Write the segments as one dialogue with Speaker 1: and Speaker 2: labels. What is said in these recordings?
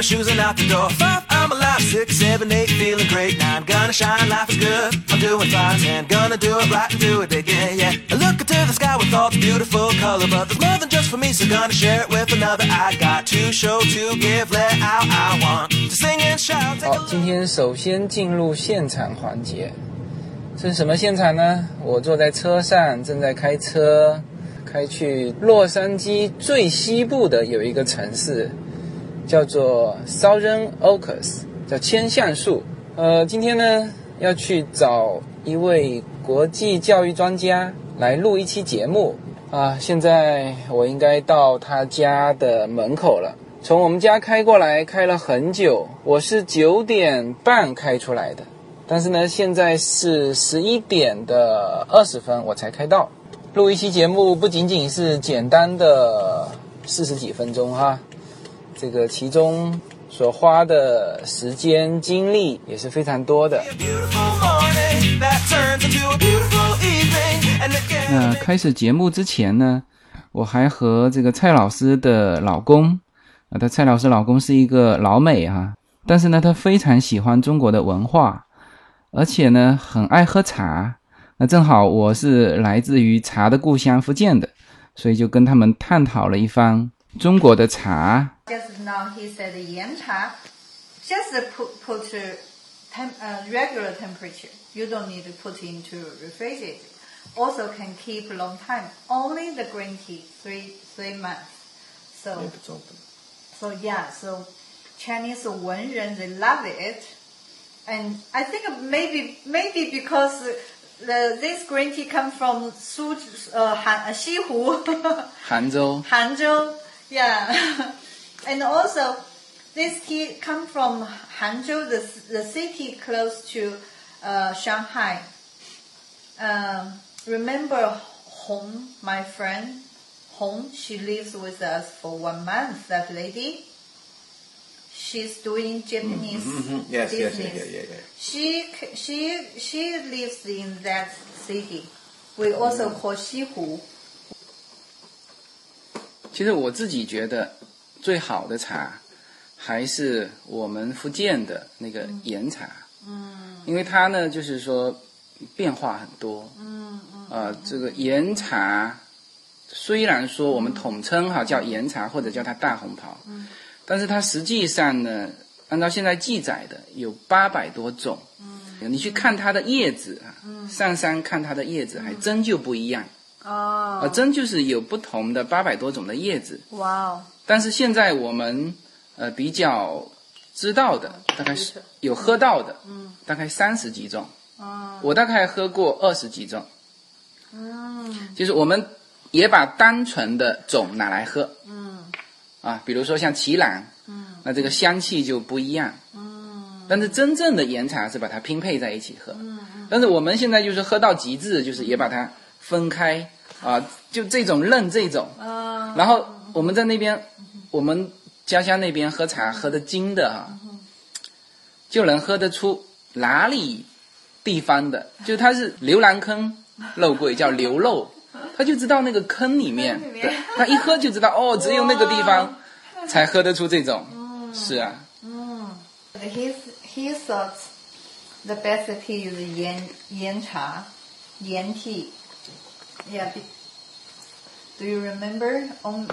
Speaker 1: shoes and out the door. Five, I'm alive. Six, seven, eight, feeling great. Nine, gonna shine. Life is good. I'm doing fine. Ten, gonna do it right and do it again. Yeah. I look into the sky with all the beautiful color, but there's more than just for me, so gonna share it with another. I got to show, to give, let out. I want to sing and shout. Take a
Speaker 2: 好，
Speaker 1: look.
Speaker 2: 今天首先进入现场环节，这是什么现场呢？我坐在车上，正在开车，开去洛杉矶最西部的有一个城市，叫做 Southern Oaks，叫千橡树。呃，今天呢要去找一位国际教育专家来录一期节目啊。现在我应该到他家的门口了。从我们家开过来，开了很久，我是九点半开出来的，但是呢，现在是十一点的二十分，我才开到。录一期节目不仅仅是简单的四十几分钟哈，这个其中所花的时间精力也是非常多的。
Speaker 1: A beautiful morning that turns into a beautiful evening, and again.
Speaker 2: 那开始节目之前呢，我还和这个蔡老师的老公，啊，他蔡老师老公是一个老美啊，但是呢，他非常喜欢中国的文化，而且呢，很爱喝茶。那正好我是来自于茶的故乡福建的，所以就跟他们探讨了一番中国的茶
Speaker 3: Just now he said yan cha, just put put uh, tem, uh, regular temperature. You don't need to put into refrigerator. Also can keep long time. Only the green tea three three months. So so yeah. So Chinese 文人 they love it, and I think maybe maybe because. The, this green tea come from Su, uh, Han, uh, Xihu.
Speaker 2: 杭州
Speaker 3: Hangzhou, yeah. and also, this tea come from Hangzhou, the, the city close to uh, Shanghai. Um, remember Hong, my friend? Hong, she lives with us for one month, that lady. She's doing Japanese
Speaker 4: Mm-hmm. Yes, yes, yeah,
Speaker 3: business.
Speaker 4: yeah, yeah, yeah.
Speaker 3: She c- she she lives in that city. We also
Speaker 4: Mm-hmm.
Speaker 3: call Xihu.
Speaker 2: 其实我自己觉得最好的茶还是我们福建的那个岩茶，嗯，因为它呢就是说变化很多，嗯嗯，呃，这个岩茶虽然说我们统称哈叫岩茶或者叫它大红袍，嗯，但是它实际上呢，按照现在记载的有八百多种，嗯，你去看它的叶子啊，上山看它的叶子还真就不一样。啊，
Speaker 3: Oh,
Speaker 2: 真就是有不同的八百多种的叶子，
Speaker 3: wow.
Speaker 2: 但是现在我们呃比较知道的，大概是有喝到的，嗯，大概三十几种，
Speaker 3: 哦
Speaker 2: 我大概喝过二十几种，嗯，就是我们也把单纯的种拿来喝，嗯，啊，比如说像奇兰，嗯，那这个香气就不一样，嗯，但是真正的岩茶是把它拼配在一起喝，嗯，但是我们现在就是喝到极致，就是也把它分开啊，就这种认这种，
Speaker 3: Uh,
Speaker 2: 然后我们在那边，我们家乡那边喝茶喝的精的啊，就能喝得出哪里地方的，就它是牛栏坑肉桂叫牛肉，他就知道那个 坑里面，
Speaker 3: 坑里面
Speaker 2: 对，他一喝就知道哦，只有那个地方才喝得出这种，是啊，
Speaker 3: He he thought the best tea is yan yan cha, yan tea. Yeah. Be, do you remember? Um,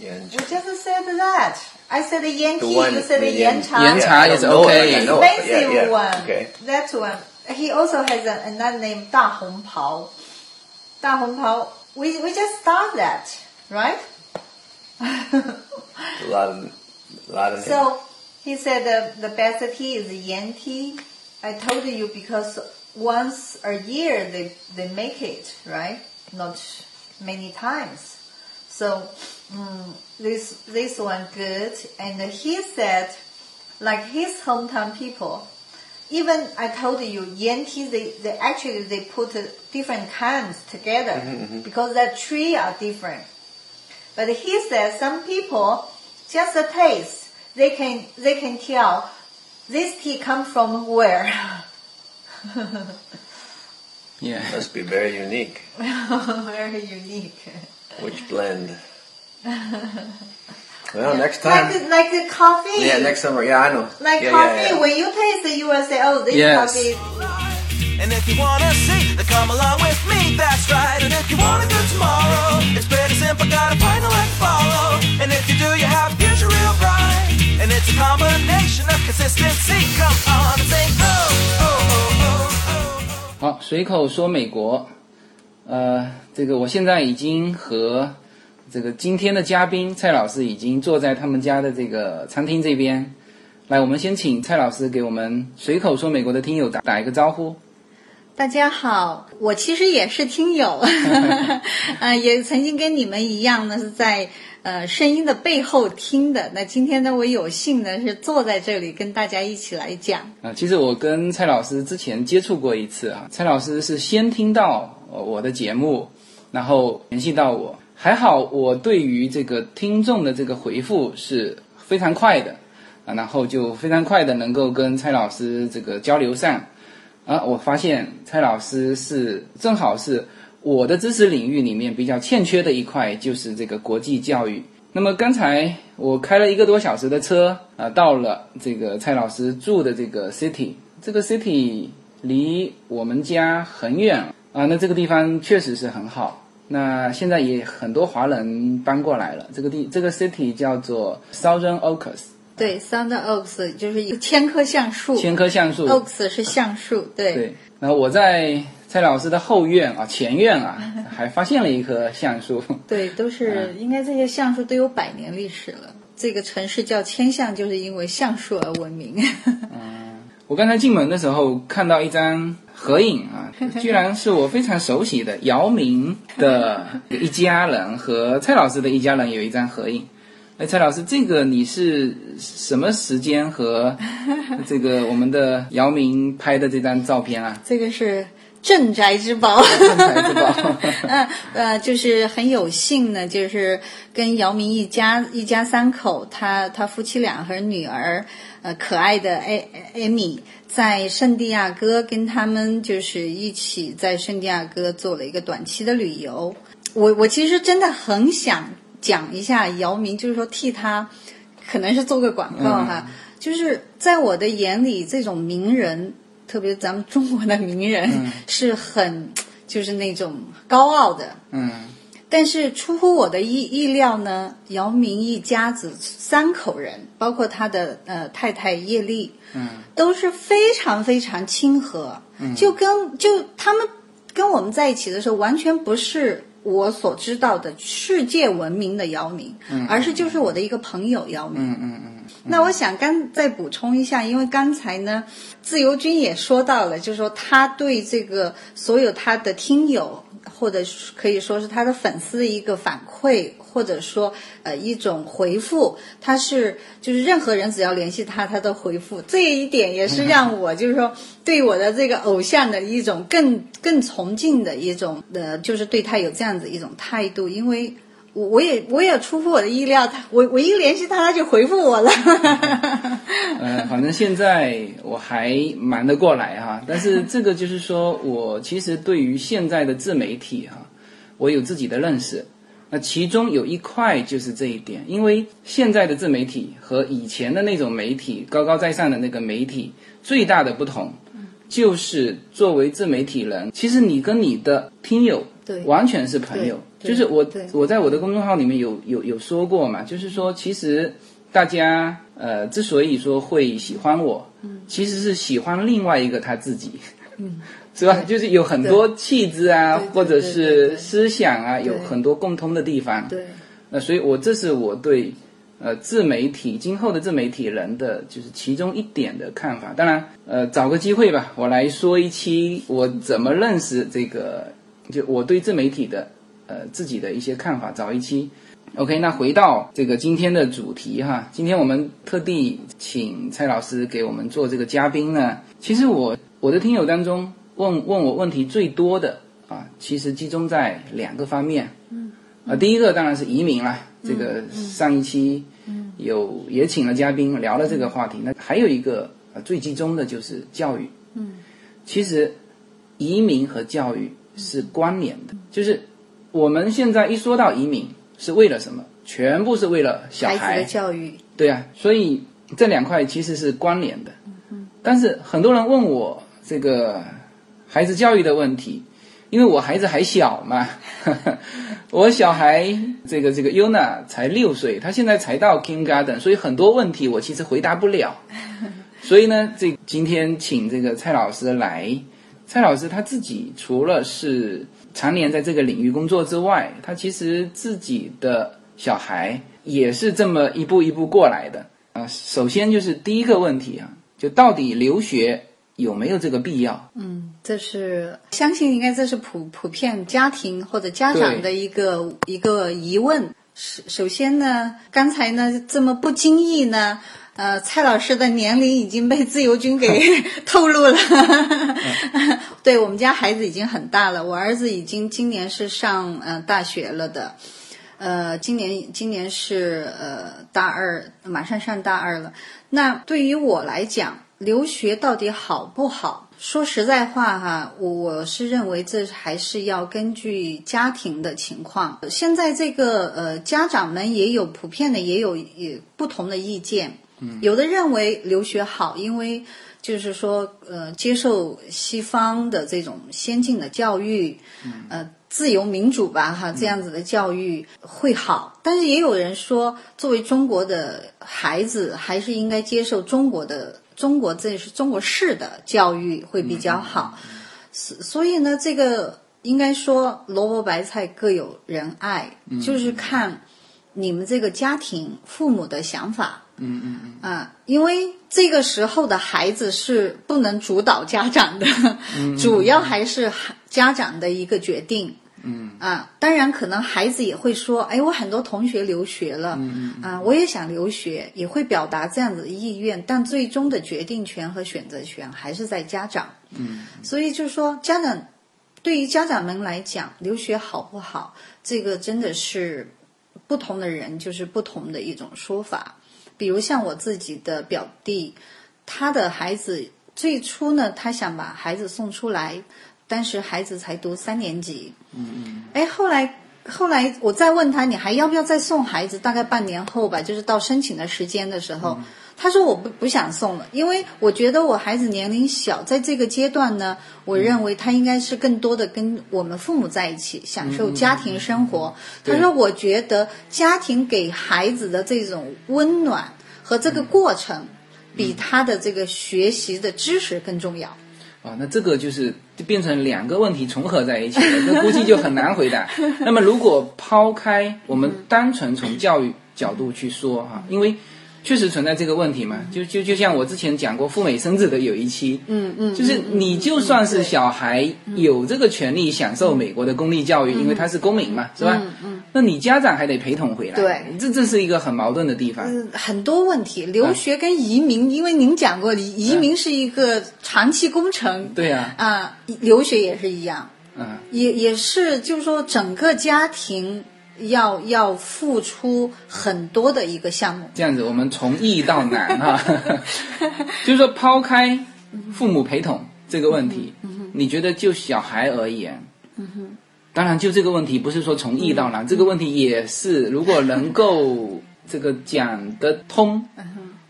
Speaker 4: Yeah, and
Speaker 3: we just said that. I said yan
Speaker 4: The
Speaker 3: tea.
Speaker 4: one
Speaker 3: You said
Speaker 4: with
Speaker 3: yan
Speaker 4: yan-
Speaker 3: cha.
Speaker 2: Yan cha
Speaker 4: I don't
Speaker 2: is
Speaker 4: know it,
Speaker 2: okay.
Speaker 4: I know it, but yeah,
Speaker 3: expensive
Speaker 4: yeah,
Speaker 3: one.
Speaker 4: Okay.
Speaker 3: That one. He also has a, another name, Da Hong Pao. Da Hong Pao. We we just start that, right?
Speaker 4: A lot of, a lot of.
Speaker 3: So he said the, the best tea is yan tea. I told you because once a year they, they make it, right? Not many times. So mm, this this one good. And he said, like his hometown people, even I told you yan tea they, they actually they put uh, different kinds together because the tree are different. But he said some people just a taste they can they can tell this tea come from where.
Speaker 2: yeah.
Speaker 4: must be very unique.
Speaker 3: Very unique.
Speaker 4: Which blend? Well, next
Speaker 3: Like
Speaker 4: time.
Speaker 3: the, like the coffee.
Speaker 4: Yeah, next summer. Yeah, I know.
Speaker 3: like
Speaker 4: yeah,
Speaker 3: coffee.
Speaker 4: yeah, yeah.
Speaker 3: When you taste it, you will say, "Oh, this
Speaker 2: Yes.
Speaker 3: coffee."
Speaker 1: And if you wanna see, then come along with me, that's right. And if you want a good tomorrow, it's pretty simple, got a partner like follow. And if you do, you have a future real bright. And it's a combination of consistency. Come on and say, oh, oh, oh, oh, oh.
Speaker 2: 好，随口说美国，呃，这个我现在已经和这个今天的嘉宾蔡老师已经坐在他们家的这个餐厅这边。来，我们先请蔡老师给我们随口说美国的听友打打一个招呼。
Speaker 3: 大家好，我其实也是听友， 呃，也曾经跟你们一样呢，是在呃声音的背后听的。那今天呢，我有幸呢是坐在这里跟大家一起来讲。
Speaker 2: 啊，其实我跟蔡老师之前接触过一次啊，蔡老师是先听到呃我的节目，然后联系到我，还好我对于这个听众的这个回复是非常快的啊，然后就非常快的能够跟蔡老师这个交流上啊，我发现蔡老师是正好是我的知识领域里面比较欠缺的一块，就是这个国际教育。那么刚才我开了一个多小时的车啊、到了这个蔡老师住的这个 city，这个 city 离我们家很远啊、那这个地方确实是很好。那现在也很多华人搬过来了，这个地这个 city 叫做 Southern Oaks，
Speaker 3: 对，Sound Oaks 就是一个千棵橡树
Speaker 2: 千棵橡树。
Speaker 3: ，Oaks 是橡树，对
Speaker 2: 对，然后我在蔡老师的后院啊、前院啊，还发现了一棵橡树。
Speaker 3: 对，都是应该这些橡树都有百年历史了。这个城市叫千橡，就是因为橡树而闻名。
Speaker 2: 我刚才进门的时候看到一张合影啊，居然是我非常熟悉的姚明的一家人和蔡老师的一家人有一张合影。哎，蔡老师，这个你是什么时间和这个我们的姚明拍的这张照片啊？
Speaker 3: 这个是镇宅之宝，
Speaker 2: 这才知道。
Speaker 3: 嗯呃，就是很有幸呢，就是跟姚明一家一家三口，他他夫妻俩和女儿，呃，可爱的艾艾米，在圣地亚哥跟他们就是一起在圣地亚哥做了一个短期的旅游。我我其实真的很想讲一下姚明，就是说替他，可能是做个广告哈，就是在我的眼里，这种名人，特别咱们中国的名人、 是很。就是那种高傲的，
Speaker 2: 嗯，
Speaker 3: 但是出乎我的意意料呢，姚明一家子三口人，包括他的呃太太叶丽，嗯，都是非常非常亲和，嗯、就跟就他们跟我们在一起的时候，完全不是我所知道的世界闻名的姚明，嗯、而是就是我的一个朋友姚明，嗯嗯嗯。那我想刚再补充一下，因为刚才呢，自由军也说到了，就是说他对这个所有他的听友，或者是可以说是他的粉丝的一个反馈，或者说呃一种回复，他是就是任何人只要联系他，他都回复。这一点也是让我就是说对我的这个偶像的一种更更崇敬的一种呃，就是对他有这样子一种态度，因为。我我也我也出乎我的意料，他我我一联系他，他就回复我了。
Speaker 2: 呃，反正现在我还忙得过来哈、但是这个就是说我其实对于现在的自媒体哈、我有自己的认识。那其中有一块就是这一点，因为现在的自媒体和以前的那种媒体高高在上的那个媒体最大的不同，就是作为自媒体人，其实你跟你的听友
Speaker 3: 对
Speaker 2: 完全是朋友，
Speaker 3: 对
Speaker 2: 就是我
Speaker 3: 对
Speaker 2: 我在我的公众号里面有有有说过嘛，就是说其实大家呃之所以说会喜欢我，
Speaker 3: 嗯
Speaker 2: 其实是喜欢另外一个他自己，是吧？就是有很多气质啊
Speaker 3: 对对，
Speaker 2: 或者
Speaker 3: 对对
Speaker 2: 是
Speaker 3: 对
Speaker 2: 思想啊，有
Speaker 3: 对
Speaker 2: 很多共通的地方。
Speaker 3: 对，
Speaker 2: 那所以我这是我对呃自媒体今后的自媒体人的就是其中一点的看法。当然，呃，找个机会吧，我来说一期我怎么认识这个，就我对自媒体的呃自己的一些看法，找一期。OK，那回到这个今天的主题哈，今天我们特地请蔡老师给我们做这个嘉宾呢。其实我我的听友当中问问我问题最多的啊，其实集中在两个方面。啊，第一个当然是移民啦，这个上一期有也请了嘉宾聊了这个话题。那还有一个呃最集中的就是教育，嗯，其实移民和教育是关联的，就是我们现在一说到移民是为了什么？全部是为了小
Speaker 3: 孩子
Speaker 2: 孩
Speaker 3: 的。教育，
Speaker 2: 对啊，所以这两块其实是关联的。但是很多人问我这个孩子教育的问题，因为我孩子还小嘛， 我小孩这个这个 Yuna 才六岁，他现在才到 kindergarten，所以很多问题我其实回答不了。所以呢，这今天请这个蔡老师来，蔡老师他自己除了是常年在这个领域工作之外，他其实自己的小孩也是这么一步一步过来的啊、首先就是第一个问题啊，就到底留学有没有这个必要？
Speaker 3: 嗯，这是相信应该这是普普遍家庭或者家长的一个一个疑问。首首先呢，刚才呢这么不经意呢，呃，蔡老师的年龄已经被自由军给透露了。 对我们家孩子已经很大了，我儿子已经今年是上呃大学了的。呃，今年今年是呃大二，马上上大二了。那对于我来讲，留学到底好不好？说实在话哈，我我是认为这还是要根据家庭的情况。现在这个呃，家长们也有普遍的，也有也不同的意见。有的认为留学好，因为就是说，呃，接受西方的这种先进的教育，呃，自由民主吧，哈，这样子的教育会好。但是也有人说，作为中国的孩子，还是应该接受中国的中国这是中国式的教育会比较好。所、所以呢，这个应该说萝卜白菜各有人爱，就是看你们这个家庭父母的想法。
Speaker 2: 嗯嗯嗯，
Speaker 3: 啊，因为这个时候的孩子是不能主导家长的，主要还是孩家长的一个决定。嗯啊，当然可能孩子也会说，哎，我很多同学留学了，嗯啊，我也想留学，也会表达这样子的意愿，但最终的决定权和选择权还是在家长。嗯，所以就是说，家长对于家长们来讲，留学好不好，这个真的是不同的人就是不同的一种说法。比如像我自己的表弟，他的孩子最初呢，他想把孩子送出来，但是孩子才读三年级。嗯嗯。哎，后来后来我再问他，你还要不要再送孩子？大概半年后吧，就是到申请的时间的时候，他说我不不想送了，因为我觉得我孩子年龄小，在这个阶段呢，我认为他应该是更多的跟我们父母在一起，享受家庭生活。
Speaker 2: 对
Speaker 3: 他说，我觉得家庭给孩子的这种温暖和这个过程，比他的这个学习的知识更重要。
Speaker 2: 哦，那这个就是就变成两个问题重合在一起了，这估计就很难回答。那么如果抛开我们单纯从教育角度去说哈、因为确实存在这个问题嘛，就就就像我之前讲过赴美生子的有一期，
Speaker 3: 嗯嗯
Speaker 2: 就是你就算是小孩有这个权利享受美国的公立教育，因为他是公民嘛，是吧？
Speaker 3: 嗯嗯
Speaker 2: 那你家长还得陪同回来，
Speaker 3: 对
Speaker 2: 这这是一个很矛盾的地方。
Speaker 3: 嗯，很多问题，留学跟移民，因为您讲过，移移民是一个长期工程，
Speaker 2: 对呀、
Speaker 3: 啊，留学也是一样，
Speaker 2: 嗯，
Speaker 3: 也也是，就是说整个家庭要要付出很多的一个项目。
Speaker 2: 这样子，我们从易到 难哈， 就是说抛开父母陪同这个问题，
Speaker 3: 嗯
Speaker 2: 你觉得就小孩而言，当然就这个问题不是说从易
Speaker 3: 嗯
Speaker 2: 到难，这个问题也是如果能够这个讲得通，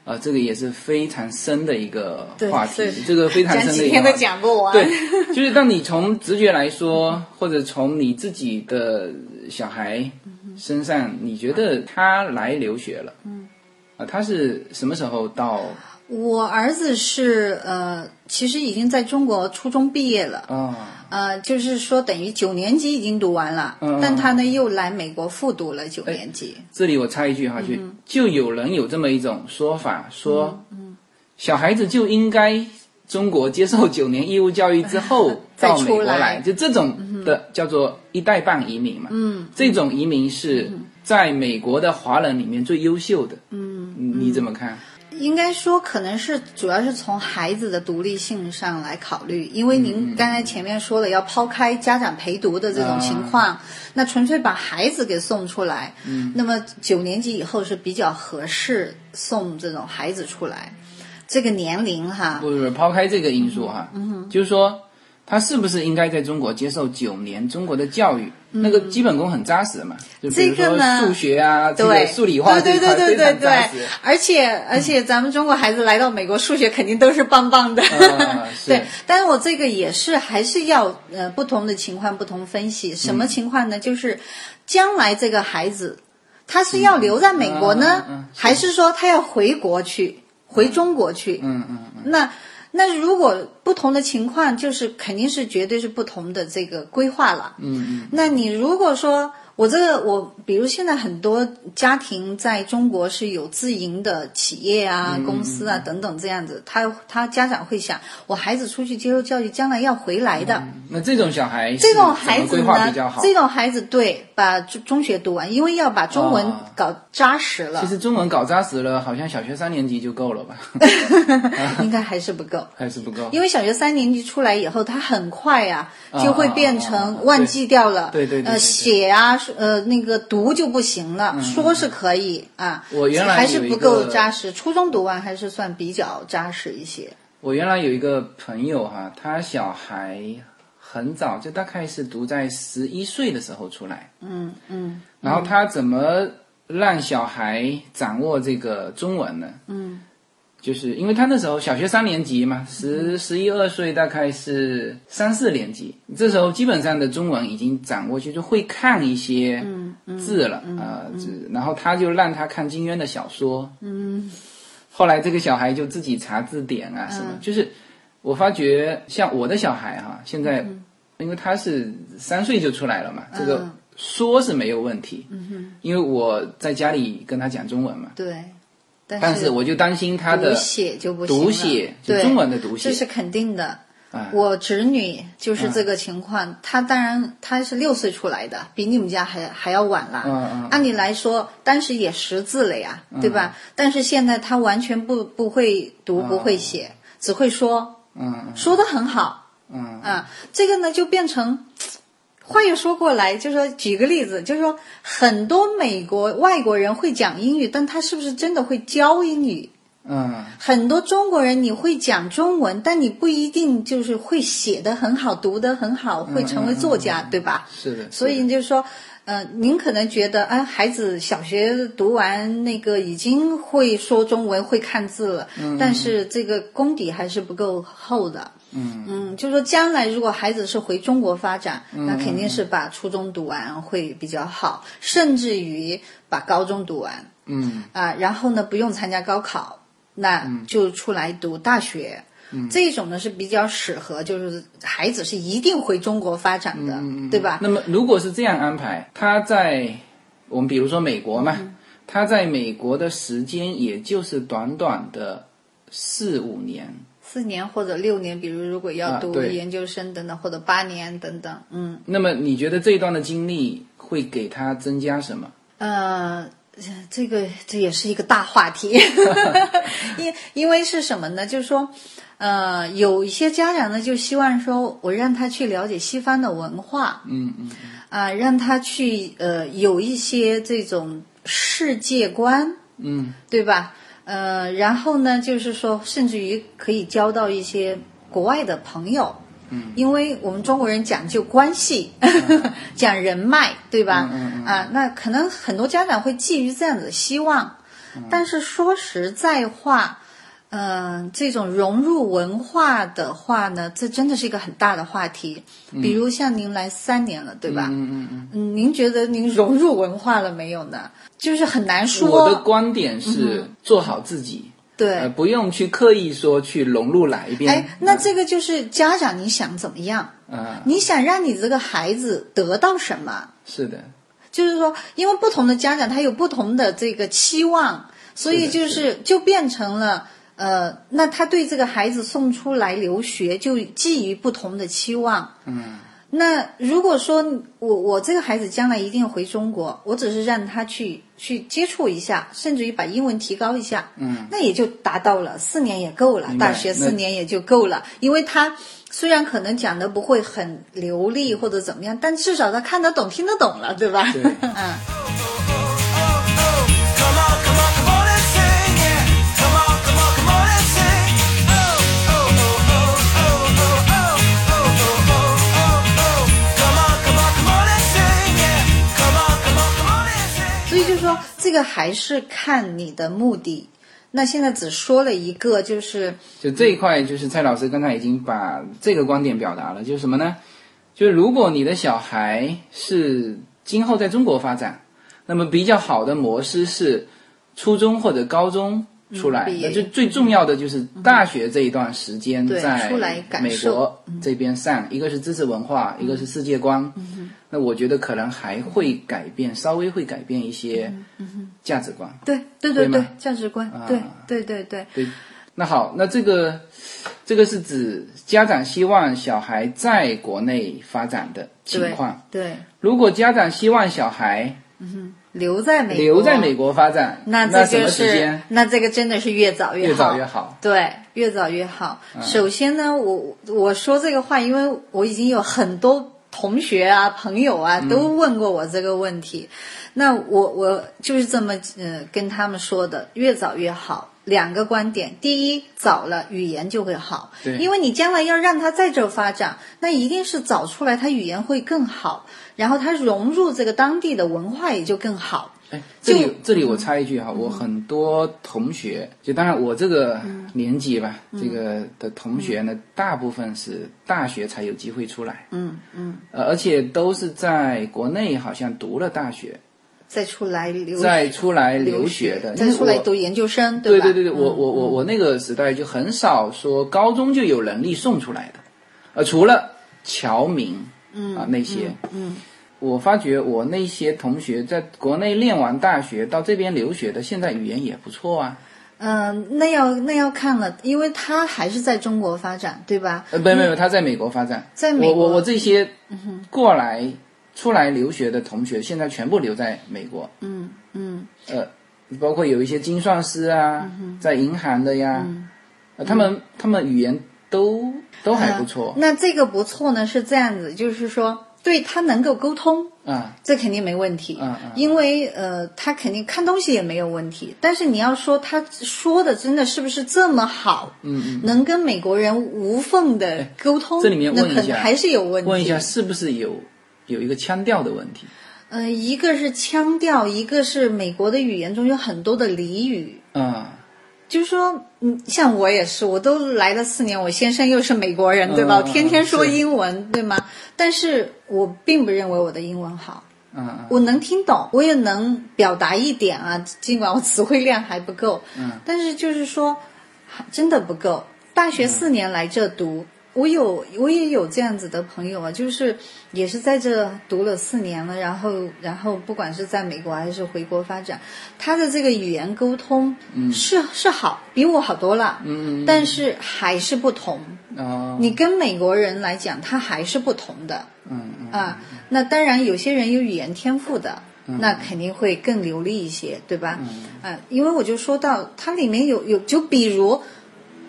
Speaker 2: 啊，这个也是非常深的一个
Speaker 3: 嗯对
Speaker 2: 话题
Speaker 3: 对，
Speaker 2: 这个非常
Speaker 3: 讲
Speaker 2: 深的
Speaker 3: 几
Speaker 2: 一个话
Speaker 3: 天都
Speaker 2: 题。
Speaker 3: 讲啊不完。
Speaker 2: 对，就是当你从直觉来说，或者从你自己的小孩身上，你觉得他来留学了，嗯，啊，他是什么时候到？
Speaker 3: 我儿子是呃，其实已经在中国初中毕业了，
Speaker 2: 哦，
Speaker 3: 呃，就是说等于九年级已经读完了，
Speaker 2: 嗯
Speaker 3: 但他呢又来美国复读了九
Speaker 2: 哎
Speaker 3: 年级。
Speaker 2: 这里我插一句哈，就
Speaker 3: 嗯
Speaker 2: 就有人有这么一种说法，说，
Speaker 3: 嗯
Speaker 2: 小孩子就应该中国接受九年义务教育之后
Speaker 3: 再
Speaker 2: 到美国
Speaker 3: 出来嗯
Speaker 2: 来，就这种的叫做一代半移民嘛，嗯，这种移民
Speaker 3: 嗯
Speaker 2: 是在美国的华人里面最优秀的，嗯，你怎么看？
Speaker 3: 应该说，可能是主要是从孩子的独立性上来考虑，因为您刚才前面说了，要抛开家长陪读的这种情况，那纯粹把孩子给送出来，那么九年级以后是比较合适送这种孩子出来，这个年龄哈，嗯
Speaker 2: 不不，不抛开这个因素哈，就是说，他是不是应该在中国接受九年中国的教育？那个基本功很扎实的嘛，就比如
Speaker 3: 嗯这个
Speaker 2: 说
Speaker 3: 呢
Speaker 2: 数学啊，这
Speaker 3: 对，
Speaker 2: 个数理化这
Speaker 3: 对
Speaker 2: 一
Speaker 3: 对
Speaker 2: 块
Speaker 3: 对对
Speaker 2: 非
Speaker 3: 对
Speaker 2: 常
Speaker 3: 对
Speaker 2: 扎实。，
Speaker 3: 而且而且咱们中国孩子来到美国，数学肯定都是棒棒的。
Speaker 2: 嗯是
Speaker 3: 对，但是我这个也是还是要呃不同的情况不同分析，什么情况呢？就是将来这个孩子他是要留在美国呢，
Speaker 2: 嗯嗯嗯是
Speaker 3: 还是说他要回国去，回中国去？
Speaker 2: 嗯嗯嗯，
Speaker 3: 那那如果不同的情况，就是肯定是绝对是不同的这个规划了。嗯嗯。那你如果说我这个我，比如现在很多家庭在中国是有自营的企业啊、
Speaker 2: 嗯
Speaker 3: 公司啊等等这样子，他他家长会想，我孩子出去接受教育，将来要回来的。
Speaker 2: 那这种小孩是
Speaker 3: 这
Speaker 2: 嗯怎
Speaker 3: 种
Speaker 2: 么
Speaker 3: 孩子
Speaker 2: 规划比较
Speaker 3: 呢
Speaker 2: 好，？
Speaker 3: 这种孩子对，把中中学读完，因为要把中文
Speaker 2: 啊
Speaker 3: 搞扎实了，
Speaker 2: 其实 中文搞扎实了，好像小学三年级就够了吧？
Speaker 3: 应该还是不够。
Speaker 2: 还是不够？
Speaker 3: 因为小学三年级出来以后，他很快呀、
Speaker 2: 啊
Speaker 3: 就会变
Speaker 2: 啊啊啊
Speaker 3: 成忘记掉了。
Speaker 2: 对对对对对
Speaker 3: 呃，
Speaker 2: 对
Speaker 3: 写啊，呃，那个读就不行了，说是可以啊。
Speaker 2: 我原来
Speaker 3: 还是
Speaker 2: 有一
Speaker 3: 不够
Speaker 2: 个
Speaker 3: 扎实，初中读完还是算比较扎实一些。
Speaker 2: 我原来有一个朋友哈、他小孩很早就大概是读在十一岁的时候出来，
Speaker 3: 嗯嗯
Speaker 2: 然后他怎么让小孩掌握这个中文呢？
Speaker 3: 嗯，
Speaker 2: 就是因为他那时候小学三年级嘛，十十一二岁，大概是三四年级，这时候基本上的中文已经掌握，就是会看一些字了啊、呃字然后他就让他看金渊的小说，嗯，后来这个小孩就自己查字典
Speaker 3: 嗯
Speaker 2: 啊什么，就是我发觉像我的小孩哈、现在因为他是三岁就出来了嘛，这个
Speaker 3: 嗯
Speaker 2: 说是没有问题，因为我在家里跟他讲中文嘛，
Speaker 3: 对。
Speaker 2: 但
Speaker 3: 但
Speaker 2: 是我就担心他的
Speaker 3: 读写就不行了
Speaker 2: 读写，就
Speaker 3: 对
Speaker 2: 中文的读写，
Speaker 3: 这是肯定的。
Speaker 2: 啊
Speaker 3: 我侄女就是
Speaker 2: 嗯
Speaker 3: 这个情况，她当然她是六岁出来的，比你们家还还要晚啦。
Speaker 2: 嗯嗯
Speaker 3: 按理来说，当时也识字了呀，对吧？但是现在她完全不不会读，不会写，只会说，
Speaker 2: 嗯
Speaker 3: 说的很好
Speaker 2: 嗯
Speaker 3: 啊。这个呢，就变成。话又说过来，就说举个例子，就是说很多美国外国人会讲英语，但他是不是真的会教英语？
Speaker 2: 嗯
Speaker 3: 很多中国人你会讲中文，但你不一定就是会写得很好，读得很好，会成为作家，对吧？
Speaker 2: 是的，
Speaker 3: 所以
Speaker 2: 是的
Speaker 3: 就是说，呃，您可能觉得，啊，孩子小学读完那个已经会说中文、会看字了，但是这个功底还是不够厚的。
Speaker 2: 嗯
Speaker 3: 嗯，就说将来如果孩子是回中国发展，那肯定是把初中读完会比较好，甚至于把高中读完。
Speaker 2: 嗯
Speaker 3: 啊，然后呢不用参加高考，那就出来读大学。
Speaker 2: 嗯
Speaker 3: 这种呢是比较适合，就是孩子是一定回中国发展的，对吧？
Speaker 2: 那么如果是这样安排，他在我们比如说美国嘛，
Speaker 3: 嗯
Speaker 2: 他在美国的时间也就是短短的四五年，
Speaker 3: 四年或者六年，比如如果要
Speaker 2: 啊
Speaker 3: 读
Speaker 2: 对
Speaker 3: 研究生等等，或者八年等等，嗯
Speaker 2: 那么你觉得这一段的经历会给他增加什么？
Speaker 3: 呃。这个这也是一个大话题， 因因为是什么呢？就是说，呃，有一些家长呢就希望说，我让他去了解西方的文化，
Speaker 2: 嗯嗯
Speaker 3: 啊，让他去呃有一些这种世界观，
Speaker 2: 嗯
Speaker 3: 对吧？呃，然后呢，就是说，甚至于可以交到一些国外的朋友，嗯，因为我们中国人讲究关系， 讲人脉，对吧？
Speaker 2: 嗯嗯嗯
Speaker 3: 啊，那可能很多家长会寄予这样的希望，
Speaker 2: 嗯
Speaker 3: 但是说实在话。嗯、这种融入文化的话呢，这真的是一个很大的话题。比如像您来三年了，对吧？
Speaker 2: 嗯嗯嗯。
Speaker 3: 嗯，您觉得您融入文化了没有呢？就是很难说。
Speaker 2: 我的观点是做好自己，
Speaker 3: 对，
Speaker 2: 呃，不用去刻意说去融入哪一边。
Speaker 3: 哎，那这个就是家长，你想怎么样？
Speaker 2: 啊、
Speaker 3: 你想让你这个孩子得到什么？
Speaker 2: 是的，
Speaker 3: 就是说，因为不同的家长他有不同的这个期望，所以
Speaker 2: 是
Speaker 3: 就
Speaker 2: 的
Speaker 3: 是就变成了呃，那他对这个孩子送出来留学就寄予不同的期望。
Speaker 2: 嗯
Speaker 3: 那如果说我我这个孩子将来一定回中国，我只是让他去去接触一下，甚至于把英文提高一下，
Speaker 2: 嗯，
Speaker 3: 那也就达到了，四年也够了，
Speaker 2: 明白
Speaker 3: 大学四
Speaker 2: 那
Speaker 3: 年也就够了，因为他虽然可能讲的不会很流利或者怎么样，但至少他看得懂、听得懂了，对吧？
Speaker 2: 对
Speaker 3: 嗯。
Speaker 1: Come on, come on, come on and sing, yeah. Come on, come on, come on and sing. Oh, oh, oh, oh, oh, oh, oh, oh, oh,
Speaker 3: 这个还是看你的目的。那现在只说了一个，就是
Speaker 2: 就这一块，就是蔡老师刚才已经把这个观点表达了，就是什么呢？就是如果你的小孩是今后在中国发展，那么比较好的模式是初中或者高中出来，
Speaker 3: 嗯毕业
Speaker 2: 那就最重要的就是大学这一段时间
Speaker 3: 对
Speaker 2: 在
Speaker 3: 出来感
Speaker 2: 美
Speaker 3: 受嗯
Speaker 2: 国这边上，一个是知识文化，一个是世界观。那我觉得可能还会改变，稍微会改变一
Speaker 3: 嗯
Speaker 2: 些价值观。
Speaker 3: 对对对
Speaker 2: 会
Speaker 3: 对
Speaker 2: 吗，
Speaker 3: 价值观，
Speaker 2: 啊
Speaker 3: 对对对对，
Speaker 2: 对，那好，那这个这个是指家长希望小孩在国内发展的情
Speaker 3: 对
Speaker 2: 况。
Speaker 3: 对，
Speaker 2: 如果家长希望小孩
Speaker 3: 留在美国，
Speaker 2: 留在美国发展，那
Speaker 3: 这
Speaker 2: 什
Speaker 3: 就
Speaker 2: 么时
Speaker 3: 是
Speaker 2: 间
Speaker 3: 那这个真的是越早越好，
Speaker 2: 越早越好？
Speaker 3: 对，越早越好。首先呢，我我说这个话，因为我已经有很多同学啊、朋友啊都问过我这个问题，那我我就是这么呃跟他们说的，越早越好。两个观点，第一，早了语言就会好，
Speaker 2: 对
Speaker 3: 因为你将来要让他在这儿发展，那一定是早出来，他语言会更好，然后他融入这个当地的文化也就更好。
Speaker 2: 哎，这
Speaker 3: 就嗯
Speaker 2: 里这里我插一句哈，我很多同学，就当然我这个
Speaker 3: 嗯
Speaker 2: 年纪吧，这个的同学呢，大部分是大学才有机会出来，
Speaker 3: 嗯嗯，
Speaker 2: 呃，而且都是在国内好像读了大学，
Speaker 3: 再出来留
Speaker 2: 再出来留
Speaker 3: 学
Speaker 2: 学的，因
Speaker 3: 再
Speaker 2: 为
Speaker 3: 出来
Speaker 2: 我
Speaker 3: 读研究生，
Speaker 2: 对
Speaker 3: 吧？嗯
Speaker 2: 对对，我我我我那个时代就很少说高中就有能力送出来的，呃，除了侨民，嗯啊那些，嗯，我发觉我那些同学在国内念完大学到这边留学的，现在语言也不错啊，
Speaker 3: 嗯，那要那要看了，因为他还是在中国发展，对吧？
Speaker 2: 呃，没有没有，他在美国发展，
Speaker 3: 嗯在美国嗯
Speaker 2: 我我我这些过来出来留学的同学，现在全部留在美国，
Speaker 3: 嗯嗯，
Speaker 2: 呃，包括有一些精算师啊，在银行的呀，
Speaker 3: 嗯
Speaker 2: 呃他们他们语言都都还不错
Speaker 3: 呃，那这个不错呢，是这样子，就是说对他能够沟通，
Speaker 2: 啊。
Speaker 3: 这肯定没问题。
Speaker 2: 嗯嗯
Speaker 3: 因为呃，他肯定看东西也没有问题，但是你要说他说的真的是不是这么好，嗯嗯，能跟美国人无缝的沟通，
Speaker 2: 哎这里面
Speaker 3: 那
Speaker 2: 问一
Speaker 3: 肯
Speaker 2: 下，
Speaker 3: 还是有问题。
Speaker 2: 问一下是不是有有一个腔调的问题？
Speaker 3: 嗯、一个是腔调，一个是美国的语言中有很多的俚语，
Speaker 2: 啊、
Speaker 3: 就是说，嗯，像我也是，我都来了四年，我先生又是美国人，对吧？
Speaker 2: 嗯
Speaker 3: 我天天说
Speaker 2: 是
Speaker 3: 英文，对吗？但是我并不认为我的英文好，
Speaker 2: 嗯、啊、
Speaker 3: 我能听懂，我也能表达一点啊，尽管我词汇量还不够，
Speaker 2: 嗯，
Speaker 3: 但是就是说，还真的不够。大学四年来这读，
Speaker 2: 嗯
Speaker 3: 我有我也有这样子的朋友啊，就是也是在这读了四年了，然后然后不管是在美国还是回国发展，他的这个语言沟通，嗯，是是好，比我好多了，
Speaker 2: 嗯嗯嗯
Speaker 3: 但是还是不同。
Speaker 2: 啊，
Speaker 3: 你跟美国人来讲，他还是不同的，
Speaker 2: 嗯嗯
Speaker 3: 啊，那当然有些人有语言天赋的，那肯定会更流利一些，对吧？
Speaker 2: 嗯
Speaker 3: 啊，因为我就说到它里面有有，就比如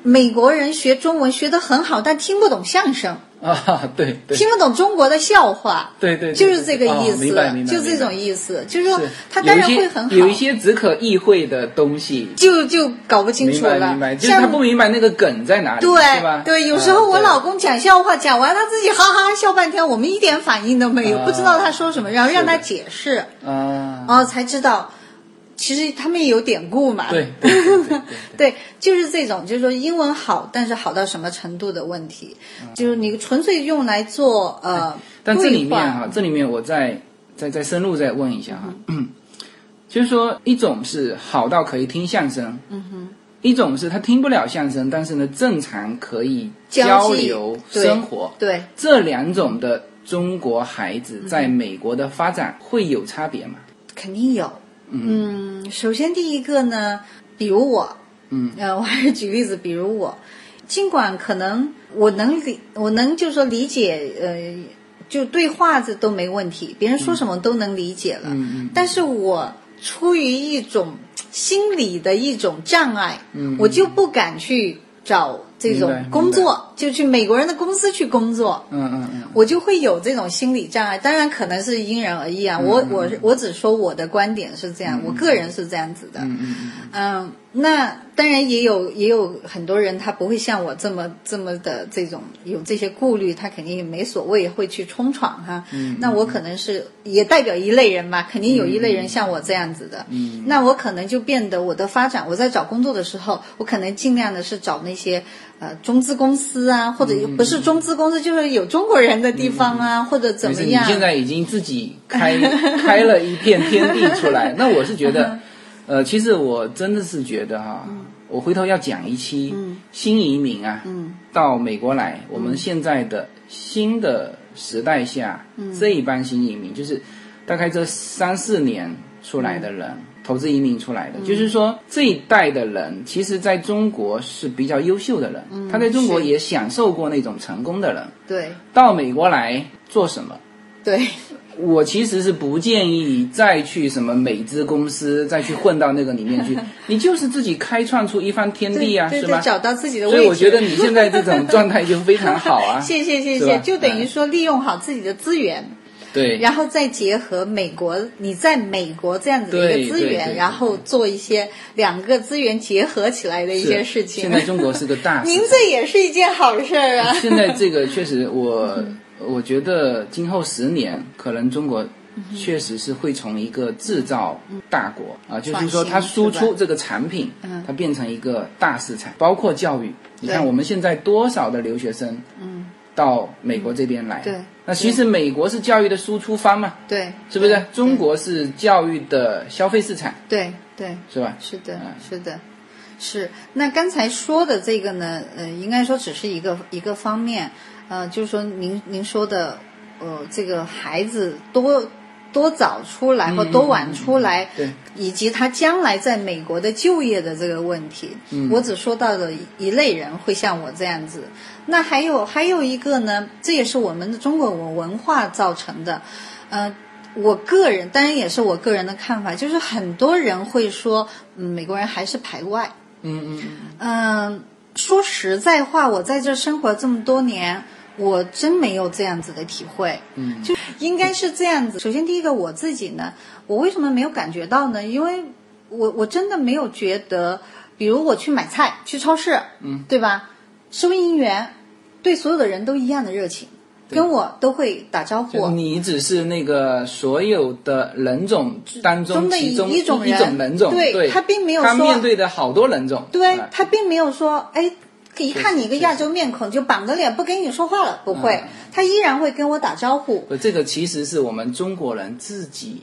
Speaker 3: 美国人学中文学得很好，但听不懂相声，
Speaker 2: 啊， 对对
Speaker 3: 听不懂中国的笑话，
Speaker 2: 对对对
Speaker 3: 就是这个意
Speaker 2: 哦
Speaker 3: 思，
Speaker 2: 明白明白
Speaker 3: 就这种意思，就是说他
Speaker 2: 有
Speaker 3: 当
Speaker 2: 一
Speaker 3: 然
Speaker 2: 些
Speaker 3: 会很好，
Speaker 2: 有一些只可意会的东西，
Speaker 3: 就就搞不清
Speaker 2: 明
Speaker 3: 楚
Speaker 2: 白
Speaker 3: 了，
Speaker 2: 明白，就是
Speaker 3: 像
Speaker 2: 他不明白那个梗在哪里，是吧
Speaker 3: 对？对，有时候我
Speaker 2: 啊
Speaker 3: 老公讲笑话，讲完他自己哈哈笑半天，我们一点反应都没有，
Speaker 2: 啊
Speaker 3: 不知道他说什么，然后让他
Speaker 2: 是的
Speaker 3: 解释，
Speaker 2: 对啊，
Speaker 3: 然后哦才知道，其实他们也有典故嘛。
Speaker 2: 对对 对对对对
Speaker 3: 对就是这种，就是说英文好，但是好到什么程度的问题，就是你纯粹用来做呃
Speaker 2: 嗯哎但这里
Speaker 3: 对
Speaker 2: 面
Speaker 3: 话，
Speaker 2: 哈、这里面我再再再深入再问一下哈、
Speaker 3: 嗯
Speaker 2: 就是说一种是好到可以听相声，嗯哼，一种是他听不了相声，但是呢正常可以交
Speaker 3: 际
Speaker 2: 流
Speaker 3: 对
Speaker 2: 生活，
Speaker 3: 对，
Speaker 2: 这两种的中国孩子在美国的发展会有差别吗？
Speaker 3: 肯定有。嗯，首先第一个呢，比如我，
Speaker 2: 嗯，
Speaker 3: 呃，我还是举例子，比如我，尽管可能我能理，我能就是说理解，呃，就对话这都没问题，别人说什么都能理解了，
Speaker 2: 嗯嗯
Speaker 3: 但是我出于一种心理的一种障碍，嗯我就不敢去找这
Speaker 2: 明白嗯
Speaker 3: 种
Speaker 2: 明白
Speaker 3: 工作，就去美国人的公司去工作，
Speaker 2: 嗯嗯嗯，
Speaker 3: 我就会有这种心理障碍。当然，可能是因人而异啊。我我我只说我的观点是这样，我个人是这样子的。嗯那当然也有也有很多人他不会像我这么这么的这种有这些顾虑，他肯定也没所谓会去冲闯哈。嗯，那我可能是也代表一类人吧，肯定有一类
Speaker 2: 嗯
Speaker 3: 人像我这样子的。嗯，那我可能就变得我的发展，我在找工作的时候，我可能尽量的是找那些。呃，中资公司啊，或者
Speaker 2: 嗯
Speaker 3: 不是中资公司，就是有中国人的地方啊，或者怎
Speaker 2: 就
Speaker 3: 么
Speaker 2: 是你
Speaker 3: 样？
Speaker 2: 现在已经自己开开了一片天地出来。那我是觉
Speaker 3: 嗯
Speaker 2: 得，呃，其实我真的是觉得哈、我回头要讲一期
Speaker 3: 嗯
Speaker 2: 新移民啊，到美国来，我们现在的新的时代下，
Speaker 3: 嗯
Speaker 2: 这一帮新移民就是大概这三四年出来
Speaker 3: 嗯
Speaker 2: 的人。投资移民出来的，就是说这一代的人，其实在中国是比较优秀的人，他在中国
Speaker 3: 嗯是
Speaker 2: 也享受过那种成功的人，
Speaker 3: 对
Speaker 2: 到美国来做什么？
Speaker 3: 对，
Speaker 2: 我其实是不建议再去什么美资公司再去混到那个里面 去，你就是自己开创出一番天地
Speaker 3: 对
Speaker 2: 啊，
Speaker 3: 对
Speaker 2: 是
Speaker 3: 对，
Speaker 2: 吧？
Speaker 3: 找到自己的位置。
Speaker 2: 所以我觉得你现在这种状态就非常好啊。
Speaker 3: 谢谢谢
Speaker 2: 是吧
Speaker 3: 谢，就等于
Speaker 2: 嗯
Speaker 3: 说利用好自己的资源，
Speaker 2: 对，
Speaker 3: 然后再结合美国，你在美国这样子的一
Speaker 2: 对
Speaker 3: 个资
Speaker 2: 对
Speaker 3: 源，
Speaker 2: 对
Speaker 3: 然后做一些两个资源结合起来的一
Speaker 2: 是
Speaker 3: 些事情。
Speaker 2: 现在中国是个 大市
Speaker 3: 您
Speaker 2: 场
Speaker 3: 这也是一件好事儿啊。
Speaker 2: 现在这个确实我，
Speaker 3: 嗯
Speaker 2: 我觉得今后十年，可能中国
Speaker 3: 嗯
Speaker 2: 确实是会从一个制造大国啊，就是说它
Speaker 3: 创新
Speaker 2: 输
Speaker 3: 是吧
Speaker 2: 出这个产品
Speaker 3: 嗯，
Speaker 2: 它变成一个大市场，包括教育。你看
Speaker 3: 对
Speaker 2: 我们现在多少的留学生，嗯，到美国这边来，
Speaker 3: 对
Speaker 2: 那其实美国是教育的输出方嘛，
Speaker 3: 对，
Speaker 2: 是不是
Speaker 3: 对？
Speaker 2: 中国是教育的消费市场，
Speaker 3: 对对。
Speaker 2: 是吧？
Speaker 3: 是的
Speaker 2: 嗯，
Speaker 3: 是的，是。那刚才说的这个呢，呃，应该说只是一个一个方面，呃，就是说您您说的，呃，这个孩子多多早出来或多晚出来，
Speaker 2: 嗯嗯嗯嗯
Speaker 3: 以及他将来在美国的就业的这个问题，我只说到了一类人会像我这样子。那还有还有一个呢，这也是我们的中国文文化造成的，呃，我个人当然也是我个人的看法，就是很多人会说，嗯，美国人还是排外。
Speaker 2: 嗯嗯嗯，
Speaker 3: 嗯，说实在话，我在这生活这么多年，我真没有这样子的体会。嗯，就应该是这样子。首先，第一个我自己呢，我为什么没有感觉到呢？因为我我真的没有觉得，比如我去买菜，去超市，嗯，对吧？收银员对所有的人都一样的热情，跟我都会打招呼。
Speaker 2: 就你只是那个所有的人种当中
Speaker 3: 中的
Speaker 2: 其中
Speaker 3: 一种人
Speaker 2: 人种，
Speaker 3: 对
Speaker 2: 对，
Speaker 3: 他并没有
Speaker 2: 他
Speaker 3: 说
Speaker 2: 面对的好多人种，
Speaker 3: 对
Speaker 2: 吧
Speaker 3: 他并没有说，哎，一看你一个
Speaker 2: 确实
Speaker 3: 亚洲面孔就板着脸不跟你说话了，不会，
Speaker 2: 嗯
Speaker 3: 他依然会跟我打招呼。
Speaker 2: 不，这个其实是我们中国人自己，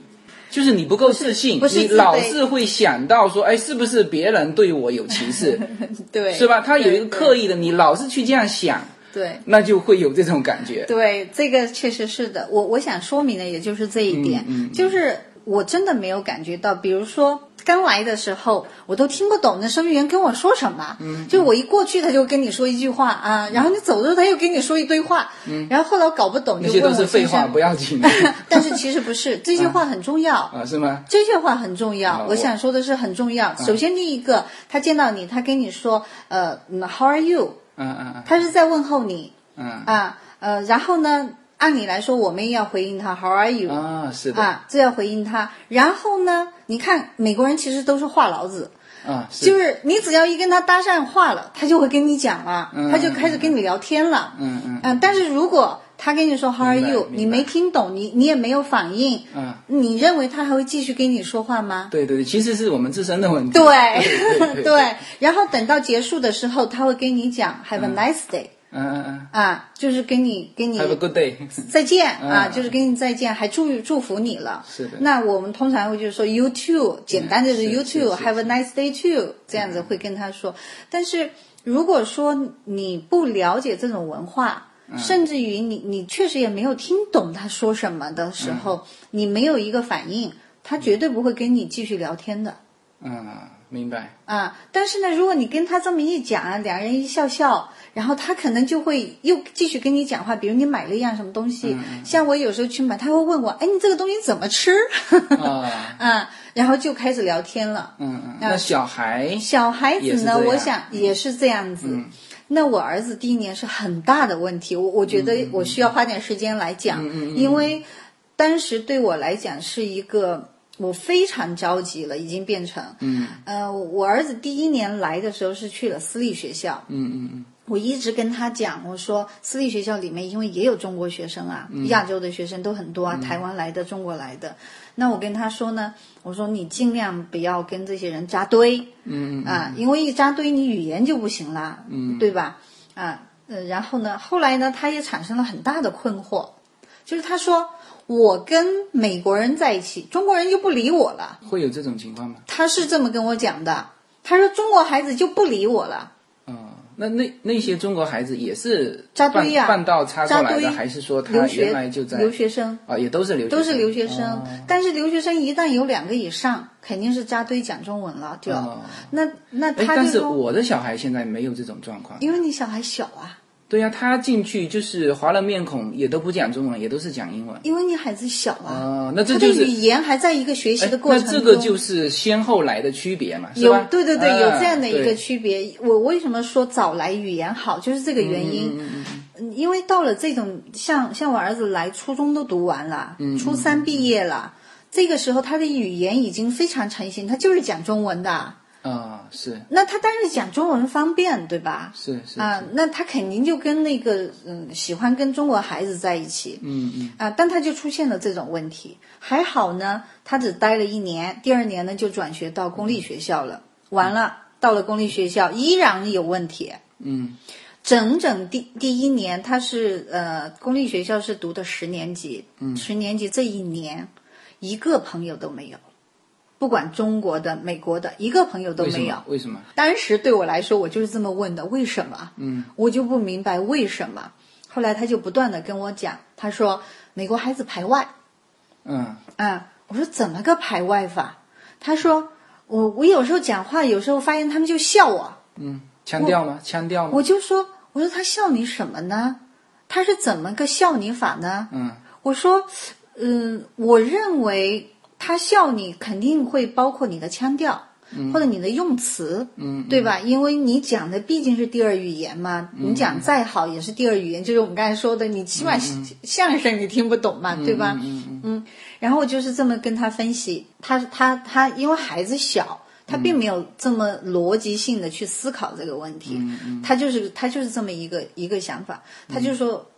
Speaker 2: 就是你不够自信，
Speaker 3: 不是
Speaker 2: 你
Speaker 3: 自卑
Speaker 2: 老是会想到说，哎，是不是别人对我有歧视，
Speaker 3: 对，
Speaker 2: 是吧？他有一个刻
Speaker 3: 意。
Speaker 2: 意的，你老是去这样想，
Speaker 3: 对
Speaker 2: 那就会有这种感觉。
Speaker 3: 对，这个确实是的。我我想说明的也就是这一点，
Speaker 2: 嗯嗯嗯
Speaker 3: 就是我真的没有感觉到，比如说。刚来的时候，我都听不懂那收银员跟我说什么，
Speaker 2: 嗯
Speaker 3: 就我一过去，他就跟你说一句话啊，然后你走的时候，他又跟你说一堆话，然后后来我搞不
Speaker 2: 嗯
Speaker 3: 懂，
Speaker 2: 那
Speaker 3: 就
Speaker 2: 些
Speaker 3: 问
Speaker 2: 都
Speaker 3: 我
Speaker 2: 是废
Speaker 3: 先
Speaker 2: 话，
Speaker 3: 生
Speaker 2: 不要紧
Speaker 3: 但是其实不是，这些话很重要。
Speaker 2: 啊，是吗？
Speaker 3: 这些话很重要，
Speaker 2: 啊
Speaker 3: 我
Speaker 2: 我
Speaker 3: 想说的是很重
Speaker 2: 嗯
Speaker 3: 要。首先，第一个，他见到你，他跟你说，呃嗯，How are you？
Speaker 2: 嗯嗯
Speaker 3: 他是在问候你
Speaker 2: 嗯
Speaker 3: 啊，呃，然后呢，按理来说，我们也要回应他，How are
Speaker 2: 嗯
Speaker 3: you？
Speaker 2: 啊，是的
Speaker 3: 啊，这要回应他。然后呢，你看美国人其实都是话痨子，
Speaker 2: 啊，是
Speaker 3: 就是你只要一跟他搭上话了，他就会跟你讲了，
Speaker 2: 嗯
Speaker 3: 他就开始跟你聊天了。
Speaker 2: 嗯嗯
Speaker 3: 嗯，但是如果他跟你说 How are
Speaker 2: 明白
Speaker 3: you，
Speaker 2: 明白
Speaker 3: 你没听懂，你你也没有反应，
Speaker 2: 嗯
Speaker 3: 你认为他还会继续跟你说话 吗？
Speaker 2: 对对对，其实是我们自身的问题。对
Speaker 3: 对
Speaker 2: 对
Speaker 3: 对，然后等到结束的时候，他会跟你讲 Have a nice day
Speaker 2: 嗯嗯
Speaker 3: 啊，就是跟你跟
Speaker 2: 嗯
Speaker 3: 你
Speaker 2: ，Have a good day。
Speaker 3: 再见啊，
Speaker 2: 嗯
Speaker 3: 就是跟你再见，还祝祝福你了。
Speaker 2: 是的嗯
Speaker 3: 那我们通常会就是说 you too，简单就是
Speaker 2: 是
Speaker 3: you
Speaker 2: 是
Speaker 3: too
Speaker 2: 是
Speaker 3: have a nice day too，这样子会跟他说。但是如果说你不了解这种文化，
Speaker 2: 嗯
Speaker 3: 甚至于你你确实也没有听懂他说什么的时
Speaker 2: 嗯
Speaker 3: 候，你没有一个反应，他绝对不会跟你继续聊天的。
Speaker 2: 嗯，明白。
Speaker 3: 啊，但是呢，如果你跟他这么一讲啊，两人一笑笑，然后他可能就会又继续跟你讲话。比如你买了一样什么东西，像我有时候去买，他会问我，哎，你这个东西怎么吃？
Speaker 2: 啊
Speaker 3: 啊，然后就开始聊天了。
Speaker 2: 嗯嗯，那小孩
Speaker 3: 小孩
Speaker 2: 也
Speaker 3: 子
Speaker 2: 是
Speaker 3: 呢，
Speaker 2: 这
Speaker 3: 我
Speaker 2: 样嗯
Speaker 3: 想也是这样子。那我儿子第一年是很大的问题，我我觉
Speaker 2: 嗯
Speaker 3: 得我需要花点时间来讲，因为当时对我来讲是一个。我非常着急了，已经变成，嗯，呃，我儿子第一年来的时候是去了私立学校，
Speaker 2: 嗯嗯嗯，
Speaker 3: 我一直跟他讲，我说私立学校里面，因为也有中国学生啊，
Speaker 2: 嗯
Speaker 3: 亚洲的学生都很多啊，台湾来的、中国来的。那我跟他说呢，我说你尽量不要跟这些人扎堆，嗯啊，因为一扎堆你语言就不行啦，嗯，对吧？啊，呃，然后呢，后来呢，他也产生了很大的困惑，就是他说我跟美国人在一起，中国人就不理我了。
Speaker 2: 嗯会有这种情况吗？
Speaker 3: 他是这么跟我讲的，他说中国孩子就不理我了。
Speaker 2: 嗯，那那那些中国孩子也是
Speaker 3: 扎
Speaker 2: 半
Speaker 3: 堆呀、
Speaker 2: 半道插过
Speaker 3: 扎
Speaker 2: 来
Speaker 3: 堆
Speaker 2: 的，还是说他
Speaker 3: 留学
Speaker 2: 原来就在
Speaker 3: 留学生
Speaker 2: 啊、也都是留学生
Speaker 3: 都是留学生、
Speaker 2: 哦
Speaker 3: 但是留学生一旦有两个以上，肯定是扎堆讲中文了，就、
Speaker 2: 哦
Speaker 3: 那那
Speaker 2: 哎，
Speaker 3: 他
Speaker 2: 但
Speaker 3: 就是说，
Speaker 2: 我的小孩现在没有这种状况。
Speaker 3: 因为你小孩小啊，
Speaker 2: 对呀、他进去就是华人面孔，也都不讲中文，也都是讲英文。
Speaker 3: 因为你孩子小啊，
Speaker 2: 哦，那这
Speaker 3: 他
Speaker 2: 就
Speaker 3: 的
Speaker 2: 是
Speaker 3: 语言还在一个学习
Speaker 2: 哎
Speaker 3: 的过程
Speaker 2: 那
Speaker 3: 中。
Speaker 2: 这个就是先后来的区别嘛，是
Speaker 3: 有
Speaker 2: 吧？
Speaker 3: 对对对，
Speaker 2: 啊
Speaker 3: 有这样的一个
Speaker 2: 对
Speaker 3: 区别。我为什么说早来语言好，就是这个原因。嗯因为到了这种像像我儿子来初中都读完了，
Speaker 2: 嗯
Speaker 3: 初三毕业了，这个时候他的语言已经非常成型，他就是讲中文的。
Speaker 2: 啊、是
Speaker 3: 那他当然讲中文方便，对吧？
Speaker 2: 是是
Speaker 3: 啊、
Speaker 2: 是
Speaker 3: 那他肯定就跟那个嗯喜欢跟中国孩子在一起，
Speaker 2: 嗯嗯
Speaker 3: 啊，但他就出现了这种问题。还好呢，他只待了一年，第二年呢就转学到公立学校了。完了，到了公立学校依然有问题。
Speaker 2: 嗯
Speaker 3: 整整第第一年，他是呃公立学校是读的十年级，
Speaker 2: 嗯
Speaker 3: 十年级这一年一个朋友都没有，不管中国的、美国的，一个朋友都
Speaker 2: 为什
Speaker 3: 没有
Speaker 2: 么？。为什么？
Speaker 3: 当时对我来说，我就是这么问的：为什么？嗯，我就不明白为什么。后来他就不断的跟我讲，他说美国孩子排外，
Speaker 2: 嗯
Speaker 3: 啊，我说怎么个排外法？他说我我有时候讲话，有时候发言，他们就笑我。
Speaker 2: 嗯，腔调吗？腔调吗？
Speaker 3: 我就说，我说他笑你什么呢？他是怎么个笑你法呢？
Speaker 2: 嗯
Speaker 3: 我说，嗯，我认为他笑你肯定会包括你的腔调。或者你的用词，
Speaker 2: 嗯嗯
Speaker 3: 对吧？因为你讲的毕竟是第二语言嘛，你讲再好也是第二语言，就是我们刚才说的，你起码相声你听不懂嘛，对吧？
Speaker 2: 嗯嗯
Speaker 3: 嗯，然后我就是这么跟他分析，他他他，因为孩子小，他并
Speaker 2: 嗯
Speaker 3: 没有这么逻辑性的去思考这个问题，
Speaker 2: 嗯
Speaker 3: 他就是他就是这么一个一个想法，他就说。呃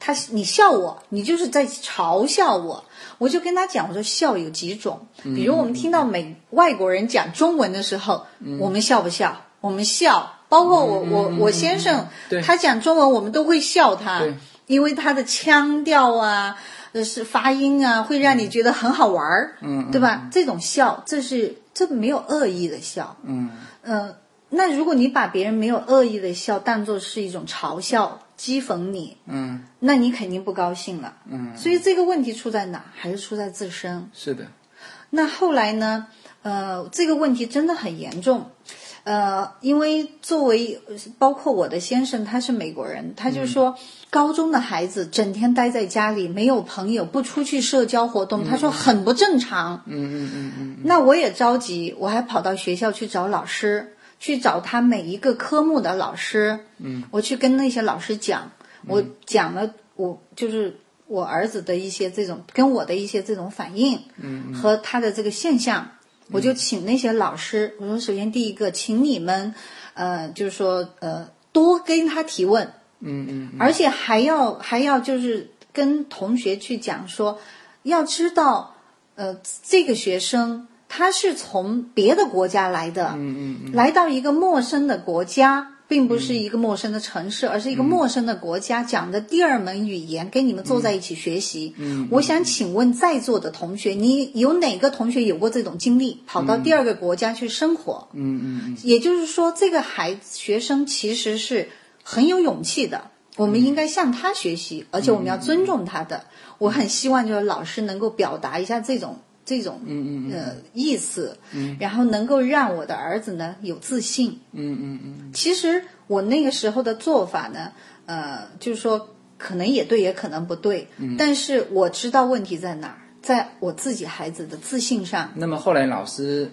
Speaker 3: 他你笑我，你就是在嘲笑我。我就跟他讲，我说笑有几种，比如我们听到
Speaker 2: 嗯
Speaker 3: 美外国人讲中文的时候，我们笑不笑？我们笑，包括我、
Speaker 2: 嗯
Speaker 3: 我我先生
Speaker 2: 对，
Speaker 3: 他讲中文我们都会笑他
Speaker 2: 对，
Speaker 3: 因为他的腔调啊，呃是发音啊，会让你觉得很好玩儿，
Speaker 2: 嗯
Speaker 3: 对吧？这种笑，这是这没有恶意的笑，
Speaker 2: 嗯
Speaker 3: 嗯，那如果你把别人没有恶意的笑当做是一种嘲笑、讥讽你，
Speaker 2: 嗯
Speaker 3: 那你肯定不高兴了。
Speaker 2: 嗯，
Speaker 3: 所以这个问题出在哪？还是出在自身。
Speaker 2: 是的，
Speaker 3: 那后来呢？呃，这个问题真的很严重。呃，因为作为包括我的先生，他是美国人，他
Speaker 2: 嗯
Speaker 3: 就说、高中的孩子整天待在家里，没有朋友，不出去社交活动，他说很不正常。
Speaker 2: 嗯嗯嗯嗯嗯
Speaker 3: 那我也着急，我还跑到学校去找老师，去找他每一个科目的老师。嗯，我去跟那些老师讲，我讲了我就是我儿子的一些这种跟我的一些这种反应，嗯，和他的这个现象，我就请那些老师，我说首先第一个，请你们，呃，就是说呃，多跟他提问，
Speaker 2: 嗯嗯嗯，
Speaker 3: 而且还要还要就是跟同学去讲说，要知道，呃，这个学生他是从别的国家来的，嗯嗯，来到一个陌生的国家。并不是一个陌生的城市，而是一个陌生的国家讲的第二门语言，跟你们坐在一起学习。嗯，我想请问在座的同学，你有哪个同学有过这种经历，跑到第二个国家去生活？
Speaker 2: 嗯嗯嗯，
Speaker 3: 也就是说，这个孩子学生其实是很有勇气的。我们应该向他学习，而且我们要尊重他的。我很希望就是老师能够表达一下这种这种嗯呃意思，然后能够让我的儿子呢有自信。
Speaker 2: 嗯嗯嗯，
Speaker 3: 其实我那个时候的做法呢，呃，就是说可能也对，也可能不对，但是我知道问题在哪儿，在我自己孩子的自信上。
Speaker 2: 那么后来老师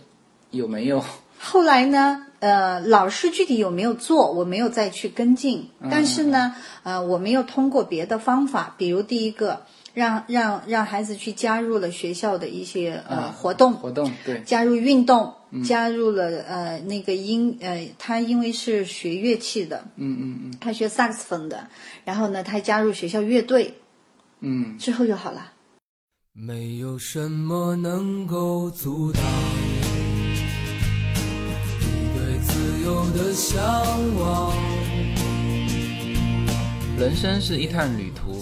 Speaker 2: 有没有？
Speaker 3: 后来呢，呃，老师具体有没有做，我没有再去跟进。
Speaker 2: 嗯
Speaker 3: 但是呢，呃，我们又通过别的方法，比如第一个，让让让孩子去加入了学校的一些呃
Speaker 2: 嗯
Speaker 3: 活动，
Speaker 2: 活动嗯对，
Speaker 3: 加入运动，加入了呃那个音呃，他因为是学乐器的，
Speaker 2: 嗯嗯嗯
Speaker 3: 他学萨克斯风的，然后呢，他加入学校乐队
Speaker 2: 嗯，
Speaker 3: 之后就好了。
Speaker 5: 没有什么能够阻挡你对自由的向往。
Speaker 2: 人生是一趟旅途，